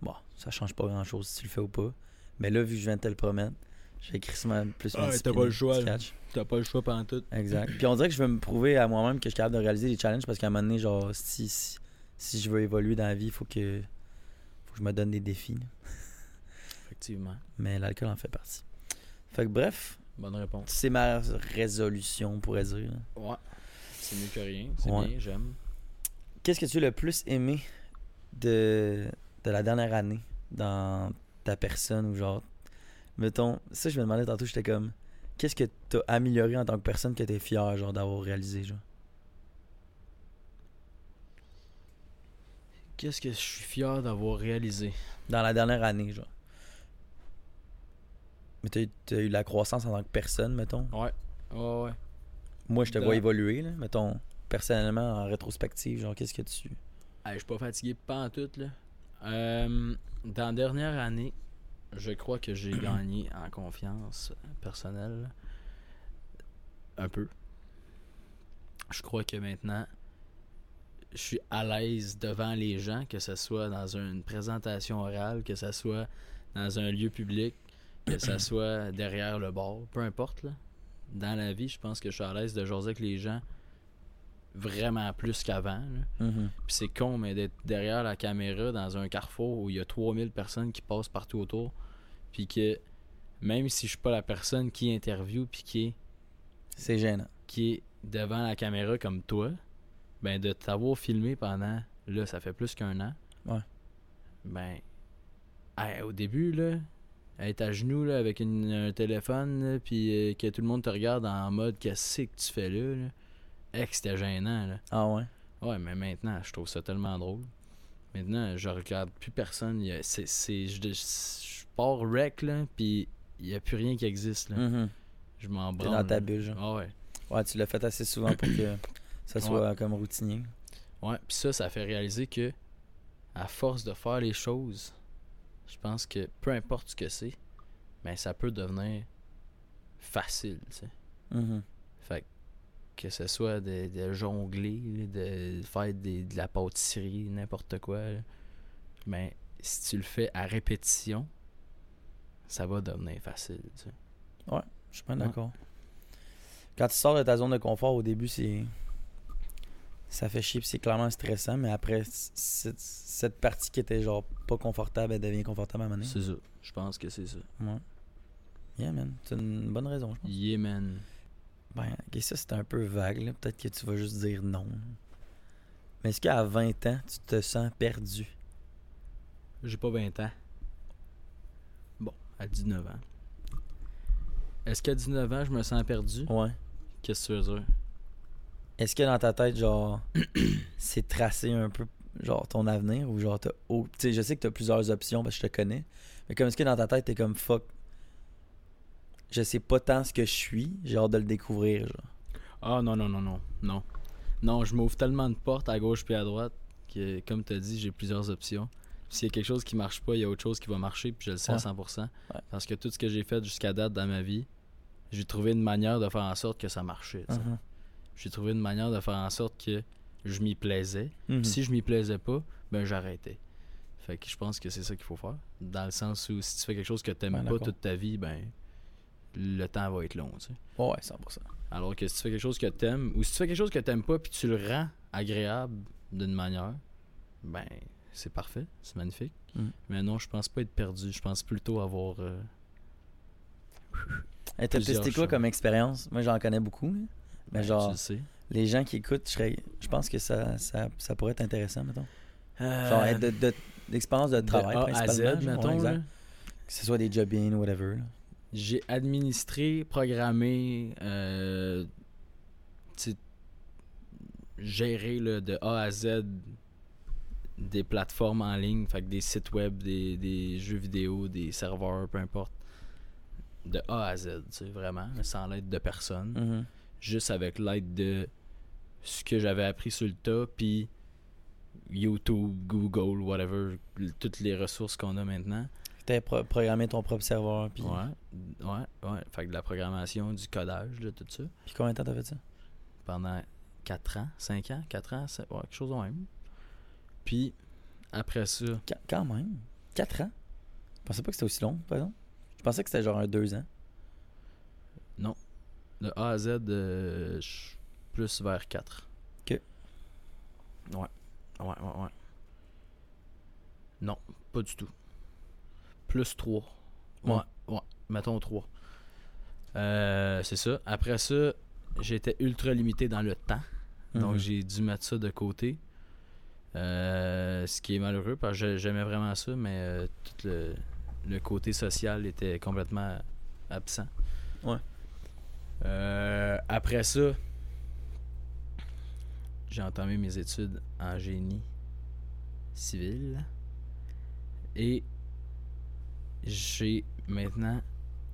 B: bon, ça change pas grand chose si tu le fais ou pas. Mais là, vu que je viens de te le promettre, j'ai écrit plus
A: Ah, Ouais,
B: me
A: t'as pas le choix,
B: tu
A: là.
B: catches?
A: T'as pas le choix pendant tout.
B: Exact. Puis on dirait que je veux me prouver à moi-même que je suis capable de réaliser des challenges parce qu'à un moment donné, genre, si, si, si je veux évoluer dans la vie, il faut que, faut que je me donne des défis. là.
A: Effectivement.
B: Mais l'alcool en fait partie. Fait que bref,
A: Bonne réponse.
B: c'est ma résolution, on pourrait dire.
A: Ouais. C'est mieux que rien. C'est
B: Ouais.
A: bien, j'aime.
B: Qu'est-ce que tu as le plus aimé de, de la dernière année dans ta personne ou genre, mettons, ça je me demandais tantôt, j'étais comme, qu'est-ce que t'as amélioré en tant que personne que t'es fier genre d'avoir réalisé genre.
A: Qu'est-ce que je suis fier d'avoir réalisé?
B: Dans la dernière année, genre. Mais t'as eu- t'as eu de la croissance en tant que personne, mettons.
A: Ouais. Ouais, ouais.
B: Moi, je te
A: Dans-
B: vois évoluer, là. Mettons, personnellement, en rétrospective, genre, qu'est-ce que tu.
A: Hey, je suis pas fatigué pas en tout, là. Euh, dans la dernière année, je crois que j'ai gagné en confiance personnelle. Un peu. Je crois que maintenant, je suis à l'aise devant les gens, que ce soit dans une présentation orale, que ce soit dans un lieu public, que ce soit derrière le bord, peu importe. Là. Dans la vie, je pense que je suis à l'aise de jaser avec les gens vraiment plus qu'avant. là. Puis c'est con, mais d'être derrière la caméra dans un carrefour où il y a 3000 personnes qui passent partout autour, puis que même si je suis pas la personne qui interview, puis qui est,
B: C'est gênant.
A: qui est devant la caméra comme toi, ben de t'avoir filmé pendant, là, ça fait plus qu'un an.
B: Ouais.
A: Ben, hey, au début, là, être à genoux là, avec une- un téléphone, là, puis euh, que tout le monde te regarde en mode, qu'est-ce que tu fais là, là? Hey, que c'était gênant, là.
B: Ah ouais.
A: Ouais, mais maintenant, je trouve ça tellement drôle. Maintenant, je regarde plus personne. il y a- c'est, c'est- je, je pars wreck, là, puis il n'y a plus rien qui existe. Là.
B: Mhm.
A: Je m'en
B: T'es
A: branle.
B: dans ta
A: là.
B: bulle, genre.
A: Ah ouais.
B: Ouais, tu l'as fait assez souvent pour que ça soit comme routinier.
A: Ouais, puis ça, ça fait réaliser que, à force de faire les choses, je pense que peu importe ce que c'est, mais ça peut devenir facile, tu sais.
B: Mhm.
A: Fait que- que ce soit de, de jongler, là, de faire des- de la pâtisserie, n'importe quoi, là. mais si tu le fais à répétition, ça va devenir facile. tu sais.
B: Je suis pas
A: Ouais.
B: d'accord. Quand tu sors de ta zone de confort, au début, c'est. Ça fait chier, puis c'est clairement stressant, mais après, c- c- cette partie qui était genre pas confortable, elle devient confortable à un moment donné.
A: C'est ça. Je pense que c'est ça.
B: Ouais. Yeah, man. C'est une bonne raison, je pense.
A: Yemen.
B: Ben, ok, ça c'est un peu vague, là. Peut-être que tu vas juste dire non. Mais est-ce qu'à 20 ans, tu te sens perdu?
A: J'ai pas 20 ans. Bon, à 19 ans. Est-ce qu'à 19 ans, je me sens perdu?
B: Ouais.
A: Qu'est-ce que tu veux dire?
B: Est-ce que dans ta tête, genre, [CLEARS THROAT] c'est tracé un peu, genre, ton avenir ou genre, t'as. au- tu sais, je sais que t'as plusieurs options parce que je te connais. Mais comme est-ce que dans ta tête, t'es comme fuck. Je sais pas tant ce que je suis, j'ai hâte de le découvrir, genre.
A: Ah non, non, non, non, non. Non, je m'ouvre tellement de portes à gauche puis à droite que, comme tu as dit, j'ai plusieurs options. Puis S'il y a quelque chose qui marche pas, il y a autre chose qui va marcher, puis je le sais à
B: Ouais.
A: 100%.
B: Ouais.
A: Parce que tout ce que j'ai fait jusqu'à date dans ma vie, j'ai trouvé une manière de faire en sorte que ça marchait. tu sais.
B: Mhm.
A: J'ai trouvé une manière de faire en sorte que je m'y plaisais.
B: Mhm.
A: Puis Si je m'y plaisais pas, ben j'arrêtais. Fait que je pense que c'est ça qu'il faut faire. Dans le sens où si tu fais quelque chose que t'aimes
B: Ouais,
A: pas
B: d'accord.
A: toute ta vie, ben le temps va être long, tu sais.
B: Ouais, 100%.
A: Alors que si tu fais quelque chose que t'aimes, ou si tu fais quelque chose que t'aimes pas puis tu le rends agréable d'une manière, ben c'est parfait, c'est magnifique.
B: Mm.
A: Mais non, je pense pas être perdu, je pense plutôt avoir. euh,
B: Hey, T'as
A: Plusieurs
B: testé quoi
A: choses.
B: comme expérience? Moi, j'en connais beaucoup. là. Mais
A: ben,
B: genre,
A: tu le sais.
B: les gens qui écoutent, je, serais- je pense que ça, ça, ça pourrait être intéressant, mettons. Genre, être de- de- d'expérience de,
A: Euh, de
B: travail,
A: A à Z,
B: principalement. genre, ouais,
A: mettons,
B: exact.
A: là.
B: Que ce soit des job in ou whatever. là.
A: J'ai administré, programmé, euh, tu sais, géré là, de A à Z des plateformes en ligne, fait que des sites web, des, des jeux vidéo, des serveurs, peu importe. De A à Z, tu sais, vraiment, sans l'aide de personne.
B: Mhm.
A: Juste avec l'aide de ce que j'avais appris sur le tas, puis YouTube, Google, whatever, toutes les ressources qu'on a maintenant.
B: T'as pro- programmé ton propre serveur. Puis,
A: Ouais, ouais, ouais. Fait que de la programmation, du codage, de tout ça.
B: puis combien de temps t'as fait ça?
A: Pendant 4 ans, 5 ans, 4 ans, c'est- ouais, quelque chose de même. Puis, après ça,
B: Qu- quand même. 4 ans. Je pensais pas que c'était aussi long, par exemple. Je pensais que c'était genre un 2 ans.
A: de A à Z, euh, je suis plus vers 4.
B: Ok.
A: Ouais. Ouais, ouais, ouais. Non, pas du tout. Plus 3. Ouais,
B: Ouais.
A: ouais. Mettons 3. c'est ça. Après ça, j'étais ultra limité dans le temps. Donc
B: Mhm.
A: j'ai dû mettre ça de côté. Euh, ce qui est malheureux parce que j'a- j'aimais vraiment ça, mais euh, tout le, le côté social était complètement absent.
B: Ouais.
A: Euh, après ça, j'ai entamé mes études en génie civil et j'ai maintenant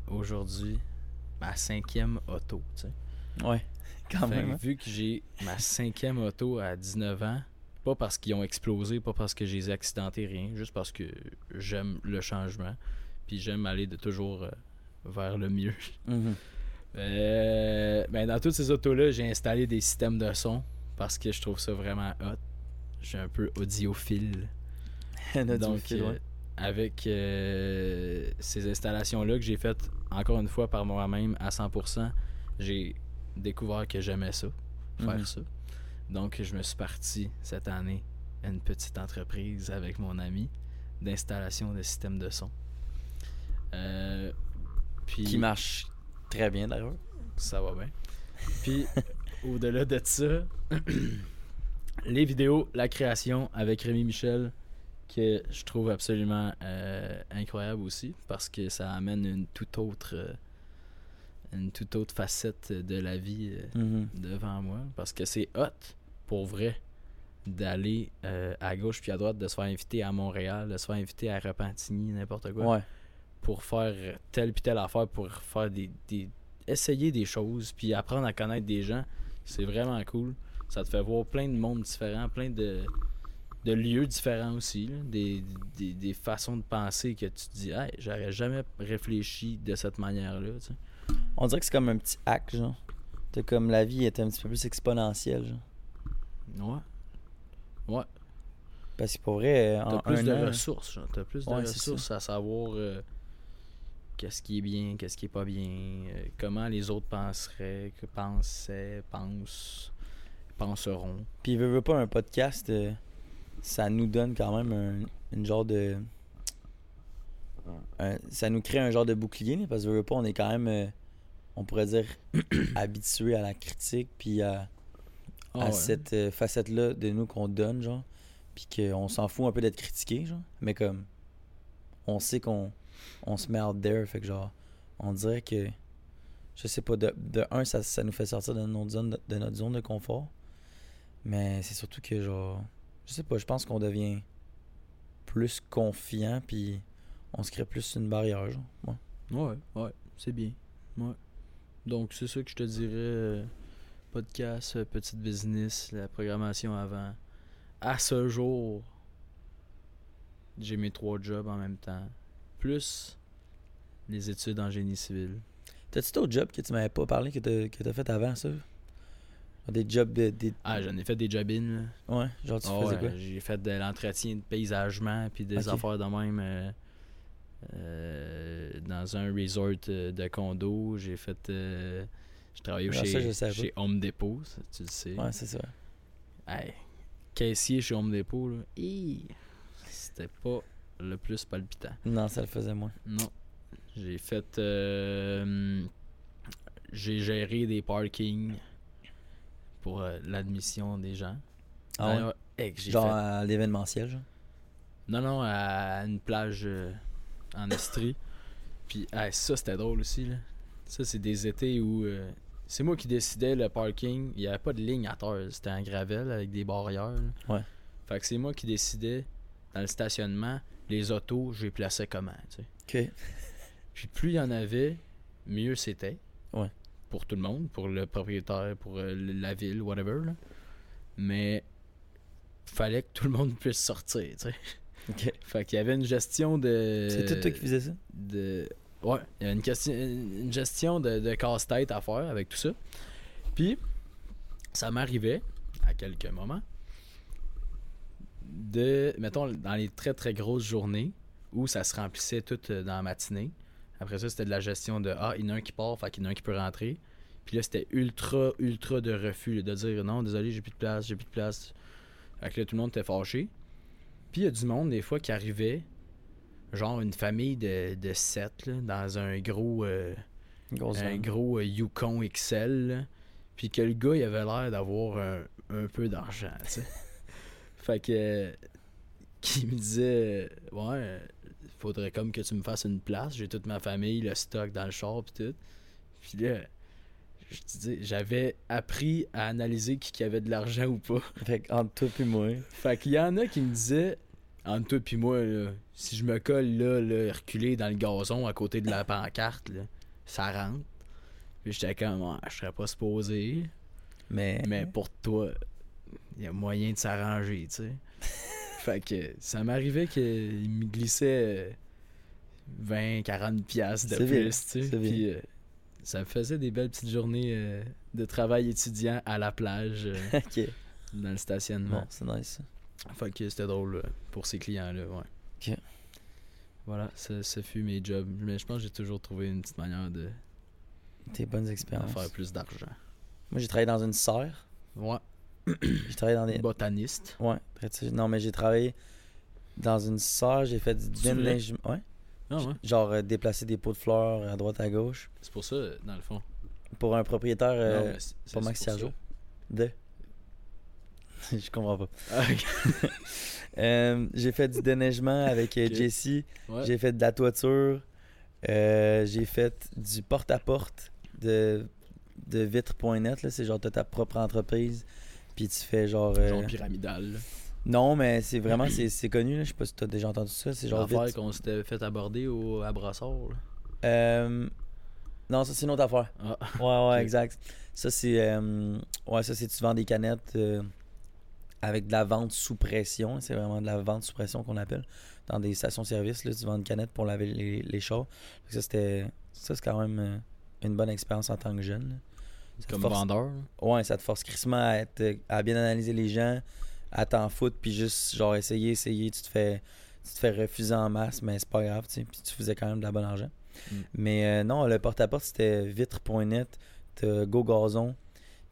A: aujourd'hui ma cinquième auto. tu sais.
B: Ouais. [LAUGHS] Quand
A: Fait que
B: même. hein.
A: Vu que j'ai ma cinquième auto à 19 ans, pas parce qu'ils ont explosé, pas parce que je les ai accidentés, rien, juste parce que j'aime le changement, puis j'aime aller de toujours euh, vers le mieux. [LAUGHS]
B: Mhm. [LAUGHS]
A: Euh, ben, dans toutes ces autos-là, j'ai installé des systèmes de son parce que je trouve ça vraiment hot. Je suis un peu audiophile.
B: On a dû
A: Donc,
B: filer,
A: euh,
B: ouais.
A: avec euh, ces installations-là que j'ai faites encore une fois par moi-même à 100%, j'ai découvert que j'aimais ça, faire
B: Mhm.
A: ça. Donc, je me suis parti cette année à une petite entreprise avec mon ami d'installation de systèmes de son. Euh, puis
B: Qui marche très bien d'ailleurs.
A: ça va bien. Puis, [LAUGHS] au-delà de ça, [CLEARS THROAT] les vidéos, la création avec Rémi Michel, que je trouve absolument euh, incroyable aussi, parce que ça amène une toute autre, euh, une toute autre facette de la vie euh,
B: Mhm.
A: devant moi, parce que c'est hot, pour vrai, d'aller euh, à gauche puis à droite, de se faire inviter à Montréal, de se faire inviter à Repentigny, n'importe quoi
B: Ouais.
A: pour faire telle puis telle affaire, pour faire des, des- essayer des choses, puis apprendre à connaître des gens, c'est vraiment cool. Ça te fait voir plein de mondes différents, plein de, de lieux différents aussi, là. Des, des- des façons de penser que tu te dis, hey, j'aurais jamais réfléchi de cette manière-là. tu sais.
B: On dirait que c'est comme un petit hack, genre. T'as comme la vie est un petit peu plus exponentielle, genre.
A: Ouais.
B: Parce que pour vrai, euh, en
A: T'as plus
B: un
A: de
B: an,
A: ressources, genre. T'as plus de
B: Ouais, c'est
A: ressources à savoir euh, qu'est-ce qui est bien, qu'est-ce qui est pas bien, euh, comment les autres penseraient, que pensaient, pensent, penseront.
B: puis veut, veut pas un podcast, euh, ça nous donne quand même un, une genre de... un- ça nous crée un genre de bouclier, là, parce que veut, veut pas, on est [CLEARS THROAT] quand même, euh, on pourrait dire, habitué à la critique, puis à,
A: Ah
B: à
A: ouais.
B: cette euh, facette-là de nous qu'on donne, genre. Puis qu'on s'en fout un peu d'être critiqué, genre. Mais comme, on sait qu'on on se met out there. Fait que, genre, on dirait que, je sais pas, de, de un, ça, ça nous fait sortir de notre, zone de, de notre zone de confort. Mais c'est surtout que, genre, je sais pas, je pense qu'on devient plus confiant, puis on se crée plus une barrière, genre. Ouais.
A: Ouais, ouais, c'est bien. Ouais. Donc, c'est ça que je te dirais. euh, podcast, euh, petite business, la programmation avant. À ce jour, j'ai mes trois jobs en même temps. Plus les études en génie civil.
B: T'as-tu ton job que tu m'avais pas parlé que t'as, que t'as fait avant ça? Des jobs de. Des...
A: Ah, j'en ai fait des jobines. là.
B: Ouais, genre tu
A: Ah
B: faisais
A: ouais,
B: quoi?
A: J'ai fait de l'entretien de paysagement puis des
B: Ok.
A: affaires de même. euh, euh, dans un resort euh, de condo, j'ai fait. euh, je travaillais
B: Ah, ça, je
A: chez,
B: savais pas.
A: chez Home Depot, ça, tu le sais.
B: Ouais, c'est ça.
A: Hey, caissier chez Home Depot, là. hi, C'était pas le plus palpitant.
B: Non, ça le faisait moins.
A: Non. J'ai fait. euh, j'ai géré des parkings pour euh, l'admission des gens.
B: Ah ouais?
A: D'ailleurs, hey, que j'ai
B: genre
A: fait-
B: à l'événementiel, genre.
A: Non, non, à une plage euh, en Estrie. Puis hey, ça, c'était drôle aussi. Là. Ça, c'est des étés où. euh, c'est moi qui décidais le parking. Il n'y avait pas de ligne à terre. C'était en gravel avec des barrières. là.
B: Ouais.
A: Fait que c'est moi qui décidais dans le stationnement, les autos, je les plaçais comment. tu sais.
B: Ok.
A: Puis plus il y en avait, mieux c'était.
B: Ouais.
A: Pour tout le monde, pour le propriétaire, pour euh, la ville, whatever. là. Mais fallait que tout le monde puisse sortir. tu sais.
B: Ok.
A: Fait qu'il y avait une gestion de.
B: C'est tout toi qui faisais ça?
A: Euh, de... Ouais, il y avait une, question, une gestion de, de casse-tête à faire avec tout ça. Puis, ça m'arrivait, à quelques moments, de. Mettons, dans les très très grosses journées où ça se remplissait tout euh, dans la matinée. Après ça, c'était de la gestion de Ah, il y en a un qui part, fait qu'il y en a un qui peut rentrer. Puis là, c'était ultra, ultra de refus, de dire non, désolé, j'ai plus de place, j'ai plus de place. Fait que là, tout le monde était fâché. Puis il y a du monde, des fois, qui arrivait, genre une famille de, de 7, dans un gros, euh,
B: Une grosse
A: un
B: vanne.
A: gros euh, Yukon XL, là. puis que le gars, il avait l'air d'avoir un, un peu d'argent, tu sais. fait que. euh, Qui me disait, euh, ouais, euh, faudrait comme que tu me fasses une place, j'ai toute ma famille, le stock dans le char, puis tout. Puis là, je te dis, j'avais appris à analyser qui, qui avait de l'argent ou pas.
B: Fait que entre toi puis moi.
A: Fait qu'il y en a qui me disaient, entre toi puis moi, là, si je me colle là, là, reculer dans le gazon à côté de la pancarte, là, ça rentre. Puis j'étais comme, Ah, je serais pas supposé.
B: Mais.
A: Mais pour toi, il y a moyen de s'arranger, tu sais.
B: [LAUGHS]
A: fait que ça m'arrivait qu'il me glissait euh, 20, 40 piastres de
B: C'est bien,
A: plus, tu sais.
B: c'est bien.
A: Puis euh, ça me faisait des belles petites journées euh, de travail étudiant à la plage, euh,
B: [LAUGHS] Ok.
A: dans le stationnement.
B: Bon, c'est nice. ça.
A: Fait que c'était drôle euh, pour ces clients-là, ouais.
B: Ok.
A: Voilà, ce, ce fut mes jobs. Mais je pense que j'ai toujours trouvé une petite manière de
B: Tes bonnes
A: d'en
B: expériences.
A: faire plus d'argent.
B: Moi, j'ai travaillé dans une serre.
A: Ouais,
B: J'ai travaillé dans des.
A: botaniste.
B: Ouais. près de ça. Non, mais j'ai travaillé dans une serre. J'ai fait du
A: C'est vrai?
B: déneigement. Ouais.
A: Ah ouais,
B: Genre euh, déplacer des pots de fleurs à droite à gauche.
A: c'est pour ça, euh, dans le fond.
B: Pour un propriétaire. euh,
A: Non, mais c'est- c'est
B: pas Max
A: pour ça.
B: Sergio. De. [LAUGHS] Je comprends pas.
A: Ah, ok.
B: Euh, j'ai fait du déneigement avec euh,
A: Ok.
B: Jessie.
A: Ouais.
B: J'ai fait de la toiture. Euh, j'ai fait du porte-à-porte de, de vitre.net. là. C'est genre, t'as ta propre entreprise. Puis tu fais genre. euh,
A: Genre pyramidal. là.
B: Non, mais c'est vraiment, c'est c'est connu. Là. Je sais pas si t'as déjà entendu ça. C'est genre.
A: L'affaire
B: vitre-
A: qu'on s'était fait aborder au, à Brassard. là.
B: Euh, Non, ça, c'est une autre affaire.
A: Ah,
B: [LAUGHS] Ouais, ouais,
A: Ok.
B: exact. Ça, c'est. euh, ouais, ça, c'est tu vends des canettes euh, avec de la vente sous pression. C'est vraiment de la vente sous pression qu'on appelle. Dans des stations-service, là, tu vends une canette pour laver les, les chars. Fait que Ça, c'était. Ça, c'est quand même euh, une bonne expérience en tant que jeune. là. Ça te
A: comme
B: force-
A: vendeur. là.
B: Ouais, ça te force crissement à, être- à bien analyser les gens, à t'en foutre, puis juste, genre, essayer, essayer. Tu te fais, tu te fais refuser en masse, mais c'est pas grave, tu sais. Puis tu faisais quand même de la bonne argent.
A: Mm.
B: Mais euh, non, le porte-à-porte, c'était vitre.net, t'as Go Gazon,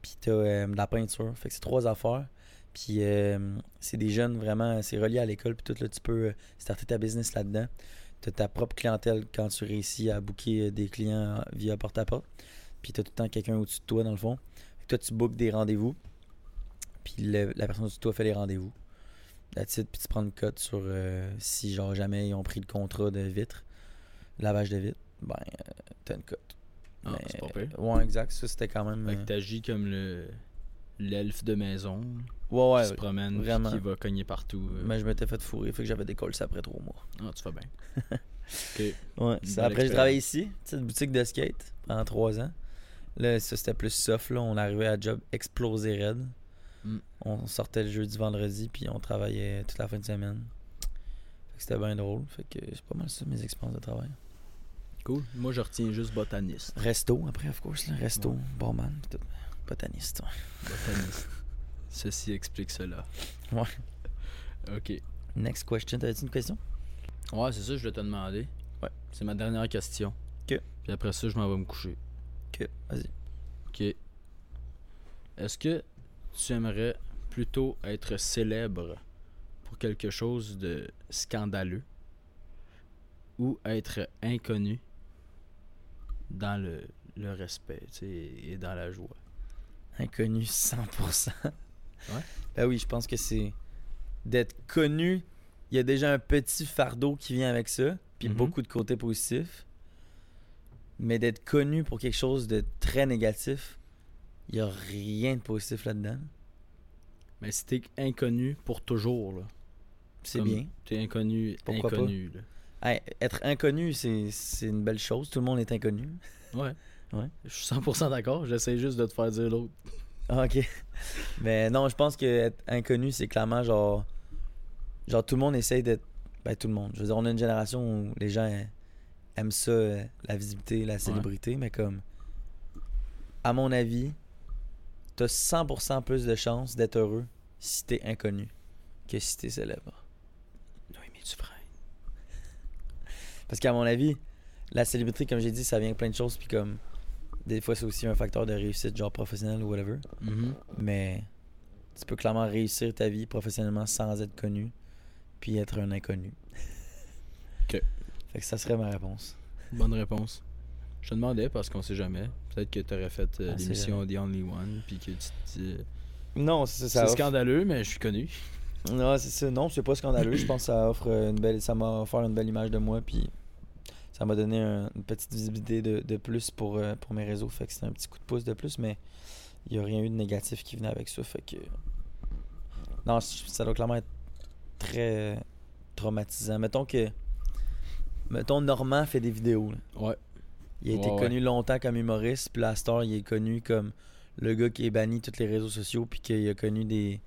B: puis t'as euh, de la peinture. Fait que c'est trois affaires. Puis euh, c'est des jeunes, vraiment, c'est relié à l'école, puis tout, là, tu peux euh, starter ta business là-dedans. T'as ta propre clientèle quand tu réussis à booker euh, des clients via porte-à-porte. Puis t'as tout le temps quelqu'un au-dessus de toi, dans le fond. Fait que toi, tu bookes des rendez-vous. Puis le- la personne du toit fait les rendez-vous. That's it. Puis tu prends une cote sur euh, si, genre, jamais ils ont pris le contrat de vitre, lavage de vitre, ben, euh, t'as une cote.
A: Ah,
B: Mais- euh,
A: c'est pas pire.
B: Ouais, exact. Ça, c'était quand même.
A: Fait que
B: euh,
A: t'agis comme le l'elfe de maison qui
B: Ouais, ouais.
A: se promène puis
B: vraiment.
A: qui va cogner partout. euh.
B: Mais je m'étais fait fourrer, fait que j'avais des colts après trois mois.
A: Ah, tu fais bien.
B: Ouais.
A: Une belle
B: ça, après, j'ai
A: expérience.
B: travaillé ici, petite boutique de skate, pendant trois ans. Là, ça, c'était plus soft. Là. On arrivait à job explosé raide.
A: Mm.
B: On sortait le jeudi, vendredi, puis on travaillait toute la fin de semaine. Fait que c'était bien drôle. Fait que c'est pas mal ça, mes expériences de travail.
A: Cool. Moi, je retiens juste botaniste.
B: Resto, après, of course. Là. Resto,
A: Ouais.
B: barman, pis tout. Botaniste, ouais.
A: Botaniste. Ceci explique cela.
B: Ouais.
A: Ok.
B: Next question. T'avais-tu une question?
A: Ouais, c'est ça, je vais te demander.
B: Ouais.
A: C'est ma dernière question.
B: Ok.
A: Puis après ça, je m'en vais me coucher.
B: Ok, vas-y.
A: Ok. Est-ce que tu aimerais plutôt être célèbre pour quelque chose de scandaleux ou être inconnu dans le, le respect tu sais, et dans la joie?
B: Inconnu 100%.
A: Ouais.
B: [LAUGHS] Ben oui, je pense que c'est d'être connu. Il y a déjà un petit fardeau qui vient avec ça, puis
A: Mhm.
B: beaucoup de côtés positifs. Mais d'être connu pour quelque chose de très négatif, il n'y a rien de positif là-dedans.
A: Mais si t'es inconnu pour toujours, là.
B: C'est
A: Comme-
B: bien.
A: T'es inconnu,
B: Pourquoi pas?
A: inconnu, là.
B: Hey, être inconnu, c'est c'est une belle chose. Tout le monde est inconnu.
A: Ouais.
B: Ouais.
A: Je suis 100% d'accord. J'essaie juste de te faire dire l'autre.
B: Ah, Ok. Mais non, je pense que être inconnu, c'est clairement genre. Genre, tout le monde essaye d'être. Ben, tout le monde. Je veux dire, on a une génération où les gens euh, aiment ça, euh, la visibilité, la célébrité, mais comme. À mon avis, t'as 100% plus de chances d'être heureux si t'es inconnu que si t'es célèbre.
A: Oui, mais tu freines.
B: Parce qu'à mon avis, la célébrité, comme j'ai dit, ça vient avec plein de choses, puis comme. Des fois, c'est aussi un facteur de réussite, genre professionnel ou whatever.
A: Mm-hmm.
B: Mais tu peux clairement réussir ta vie professionnellement sans être connu, puis être un inconnu.
A: Ok.
B: Fait que ça serait ma réponse.
A: Bonne réponse. Je te demandais parce qu'on sait jamais. Peut-être que t'aurais fait euh,
B: On sait
A: l'émission The Only One puis que tu te dis, euh,
B: Non, c'est
A: C'est scandaleux, mais je suis connu.
B: Non, c'est ça. Non, c'est pas scandaleux. Je pense que ça offre une belle, ça m'a offert une belle image de moi, puis ça m'a donné un- une petite visibilité de, de plus pour, euh, pour mes réseaux. Fait que c'était un petit coup de pouce de plus, mais il n'y a rien eu de négatif qui venait avec ça. Fait que non, c- ça doit clairement être très traumatisant. Mettons que mettons Normand fait des vidéos. là.
A: Ouais.
B: Il a été
A: Ouais, ouais.
B: connu longtemps comme humoriste, puis la star, il est connu comme le gars qui est banni de tous les réseaux sociaux, puis qu'il a connu des,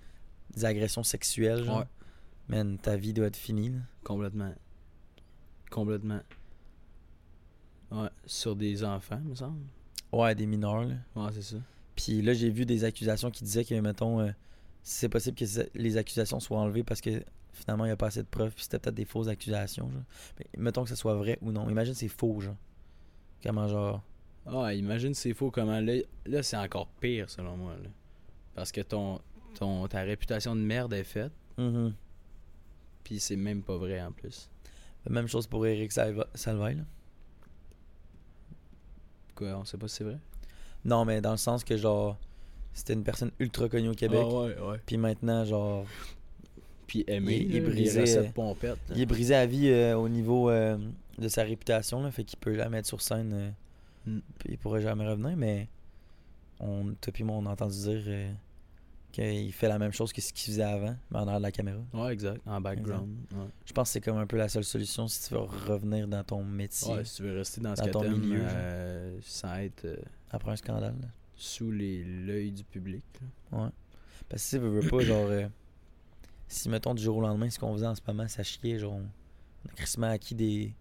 B: des agressions sexuelles. Genre.
A: Ouais.
B: Man, ta vie doit être finie. là.
A: Complètement. Complètement. Ouais. Sur des enfants, me semble.
B: Ouais, des mineurs. Là.
A: Ouais, c'est ça.
B: Puis là, j'ai vu des accusations qui disaient que, mettons, euh, c'est possible que ça- les accusations soient enlevées parce que finalement, il n'y a pas assez de preuves, puis c'était peut-être des fausses accusations. genre. Mais mettons que ça soit vrai ou non. Imagine, c'est faux, genre. Comment, genre.
A: Ouais, Ah, imagine c'est faux comment là, là c'est encore pire selon moi. là. Parce que ton, ton ta réputation de merde est faite,
B: Mhm.
A: puis c'est même pas vrai en plus.
B: Même chose pour Eric Salva- Salvaille. là.
A: Quoi, on sait pas si c'est vrai.
B: Non, mais dans le sens que, genre, c'était une personne ultra connue au Québec.
A: Ah ouais, ouais.
B: Puis maintenant, genre,
A: Puis aimer,
B: Il- il
A: il,
B: brisait, euh,
A: recette pompette. là.
B: il est brisé à vie euh, au niveau euh, de sa réputation, là, fait qu'il peut jamais être sur scène, euh,
A: Mm.
B: puis il pourrait jamais revenir, mais on, toi puis moi, on a entendu dire euh, qu'il fait la même chose que ce qu'il faisait avant, mais en arrière de la caméra.
A: Ouais, exact. En background. Ouais.
B: Je pense que c'est comme un peu la seule solution si tu veux revenir dans ton métier
A: Ouais, si tu veux rester dans ce
B: Dans
A: que
B: ton
A: t'aimes,
B: milieu, genre.
A: euh, sans être euh,
B: après un scandale. là.
A: sous les l'œil du public. là.
B: Parce que si tu veux veux pas, genre, euh, si mettons du jour au lendemain, ce qu'on faisait en ce moment, ça chiait, genre, on a crissement acquis des...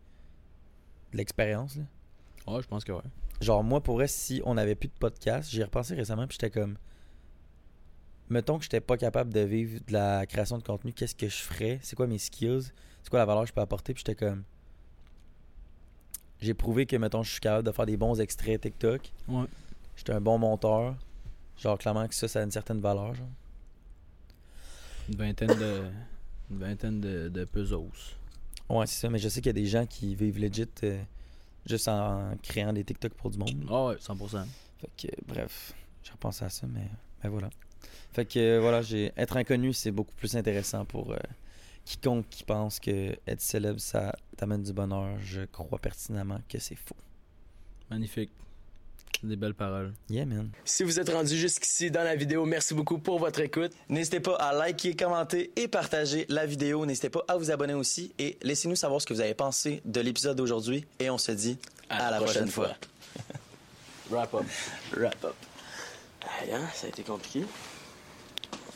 B: de l'expérience, là.
A: Ouais, je pense que ouais.
B: Genre, moi, pour vrai, si on n'avait plus de podcast, j'y ai repensé récemment, puis j'étais comme. Mettons que j'étais pas capable de vivre de la création de contenu, qu'est-ce que je ferais C'est quoi mes skills C'est quoi la valeur que je peux apporter Puis j'étais comme. J'ai prouvé que, mettons, je suis capable de faire des bons extraits TikTok.
A: Ouais.
B: J'étais un bon monteur. Genre, clairement que ça, ça a une certaine valeur. Genre.
A: Une vingtaine de. Une vingtaine de, de puzzles.
B: Ouais, c'est ça, mais je sais qu'il y a des gens qui vivent legit euh, juste en créant des TikTok pour du monde.
A: Ah ouais, 100%.
B: Fait que, euh, bref, je repense à ça, mais, mais voilà. Fait que euh, voilà, j'ai être inconnu, c'est beaucoup plus intéressant pour euh, quiconque qui pense que être célèbre, ça t'amène du bonheur. Je crois pertinemment que c'est faux.
A: Magnifique. Des belles paroles.
B: Yeah, man.
C: Si vous êtes rendu jusqu'ici dans la vidéo, merci beaucoup pour votre écoute. N'hésitez pas à liker, commenter et partager la vidéo. N'hésitez pas à vous abonner aussi et laissez-nous savoir ce que vous avez pensé de l'épisode d'aujourd'hui. Et on se dit à, la prochaine, fois.
D: Wrap up.
C: [LAUGHS] Wrap up.
D: Aïe, hein, ça a été compliqué.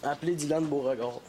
D: Appelez Dylan Beauregard.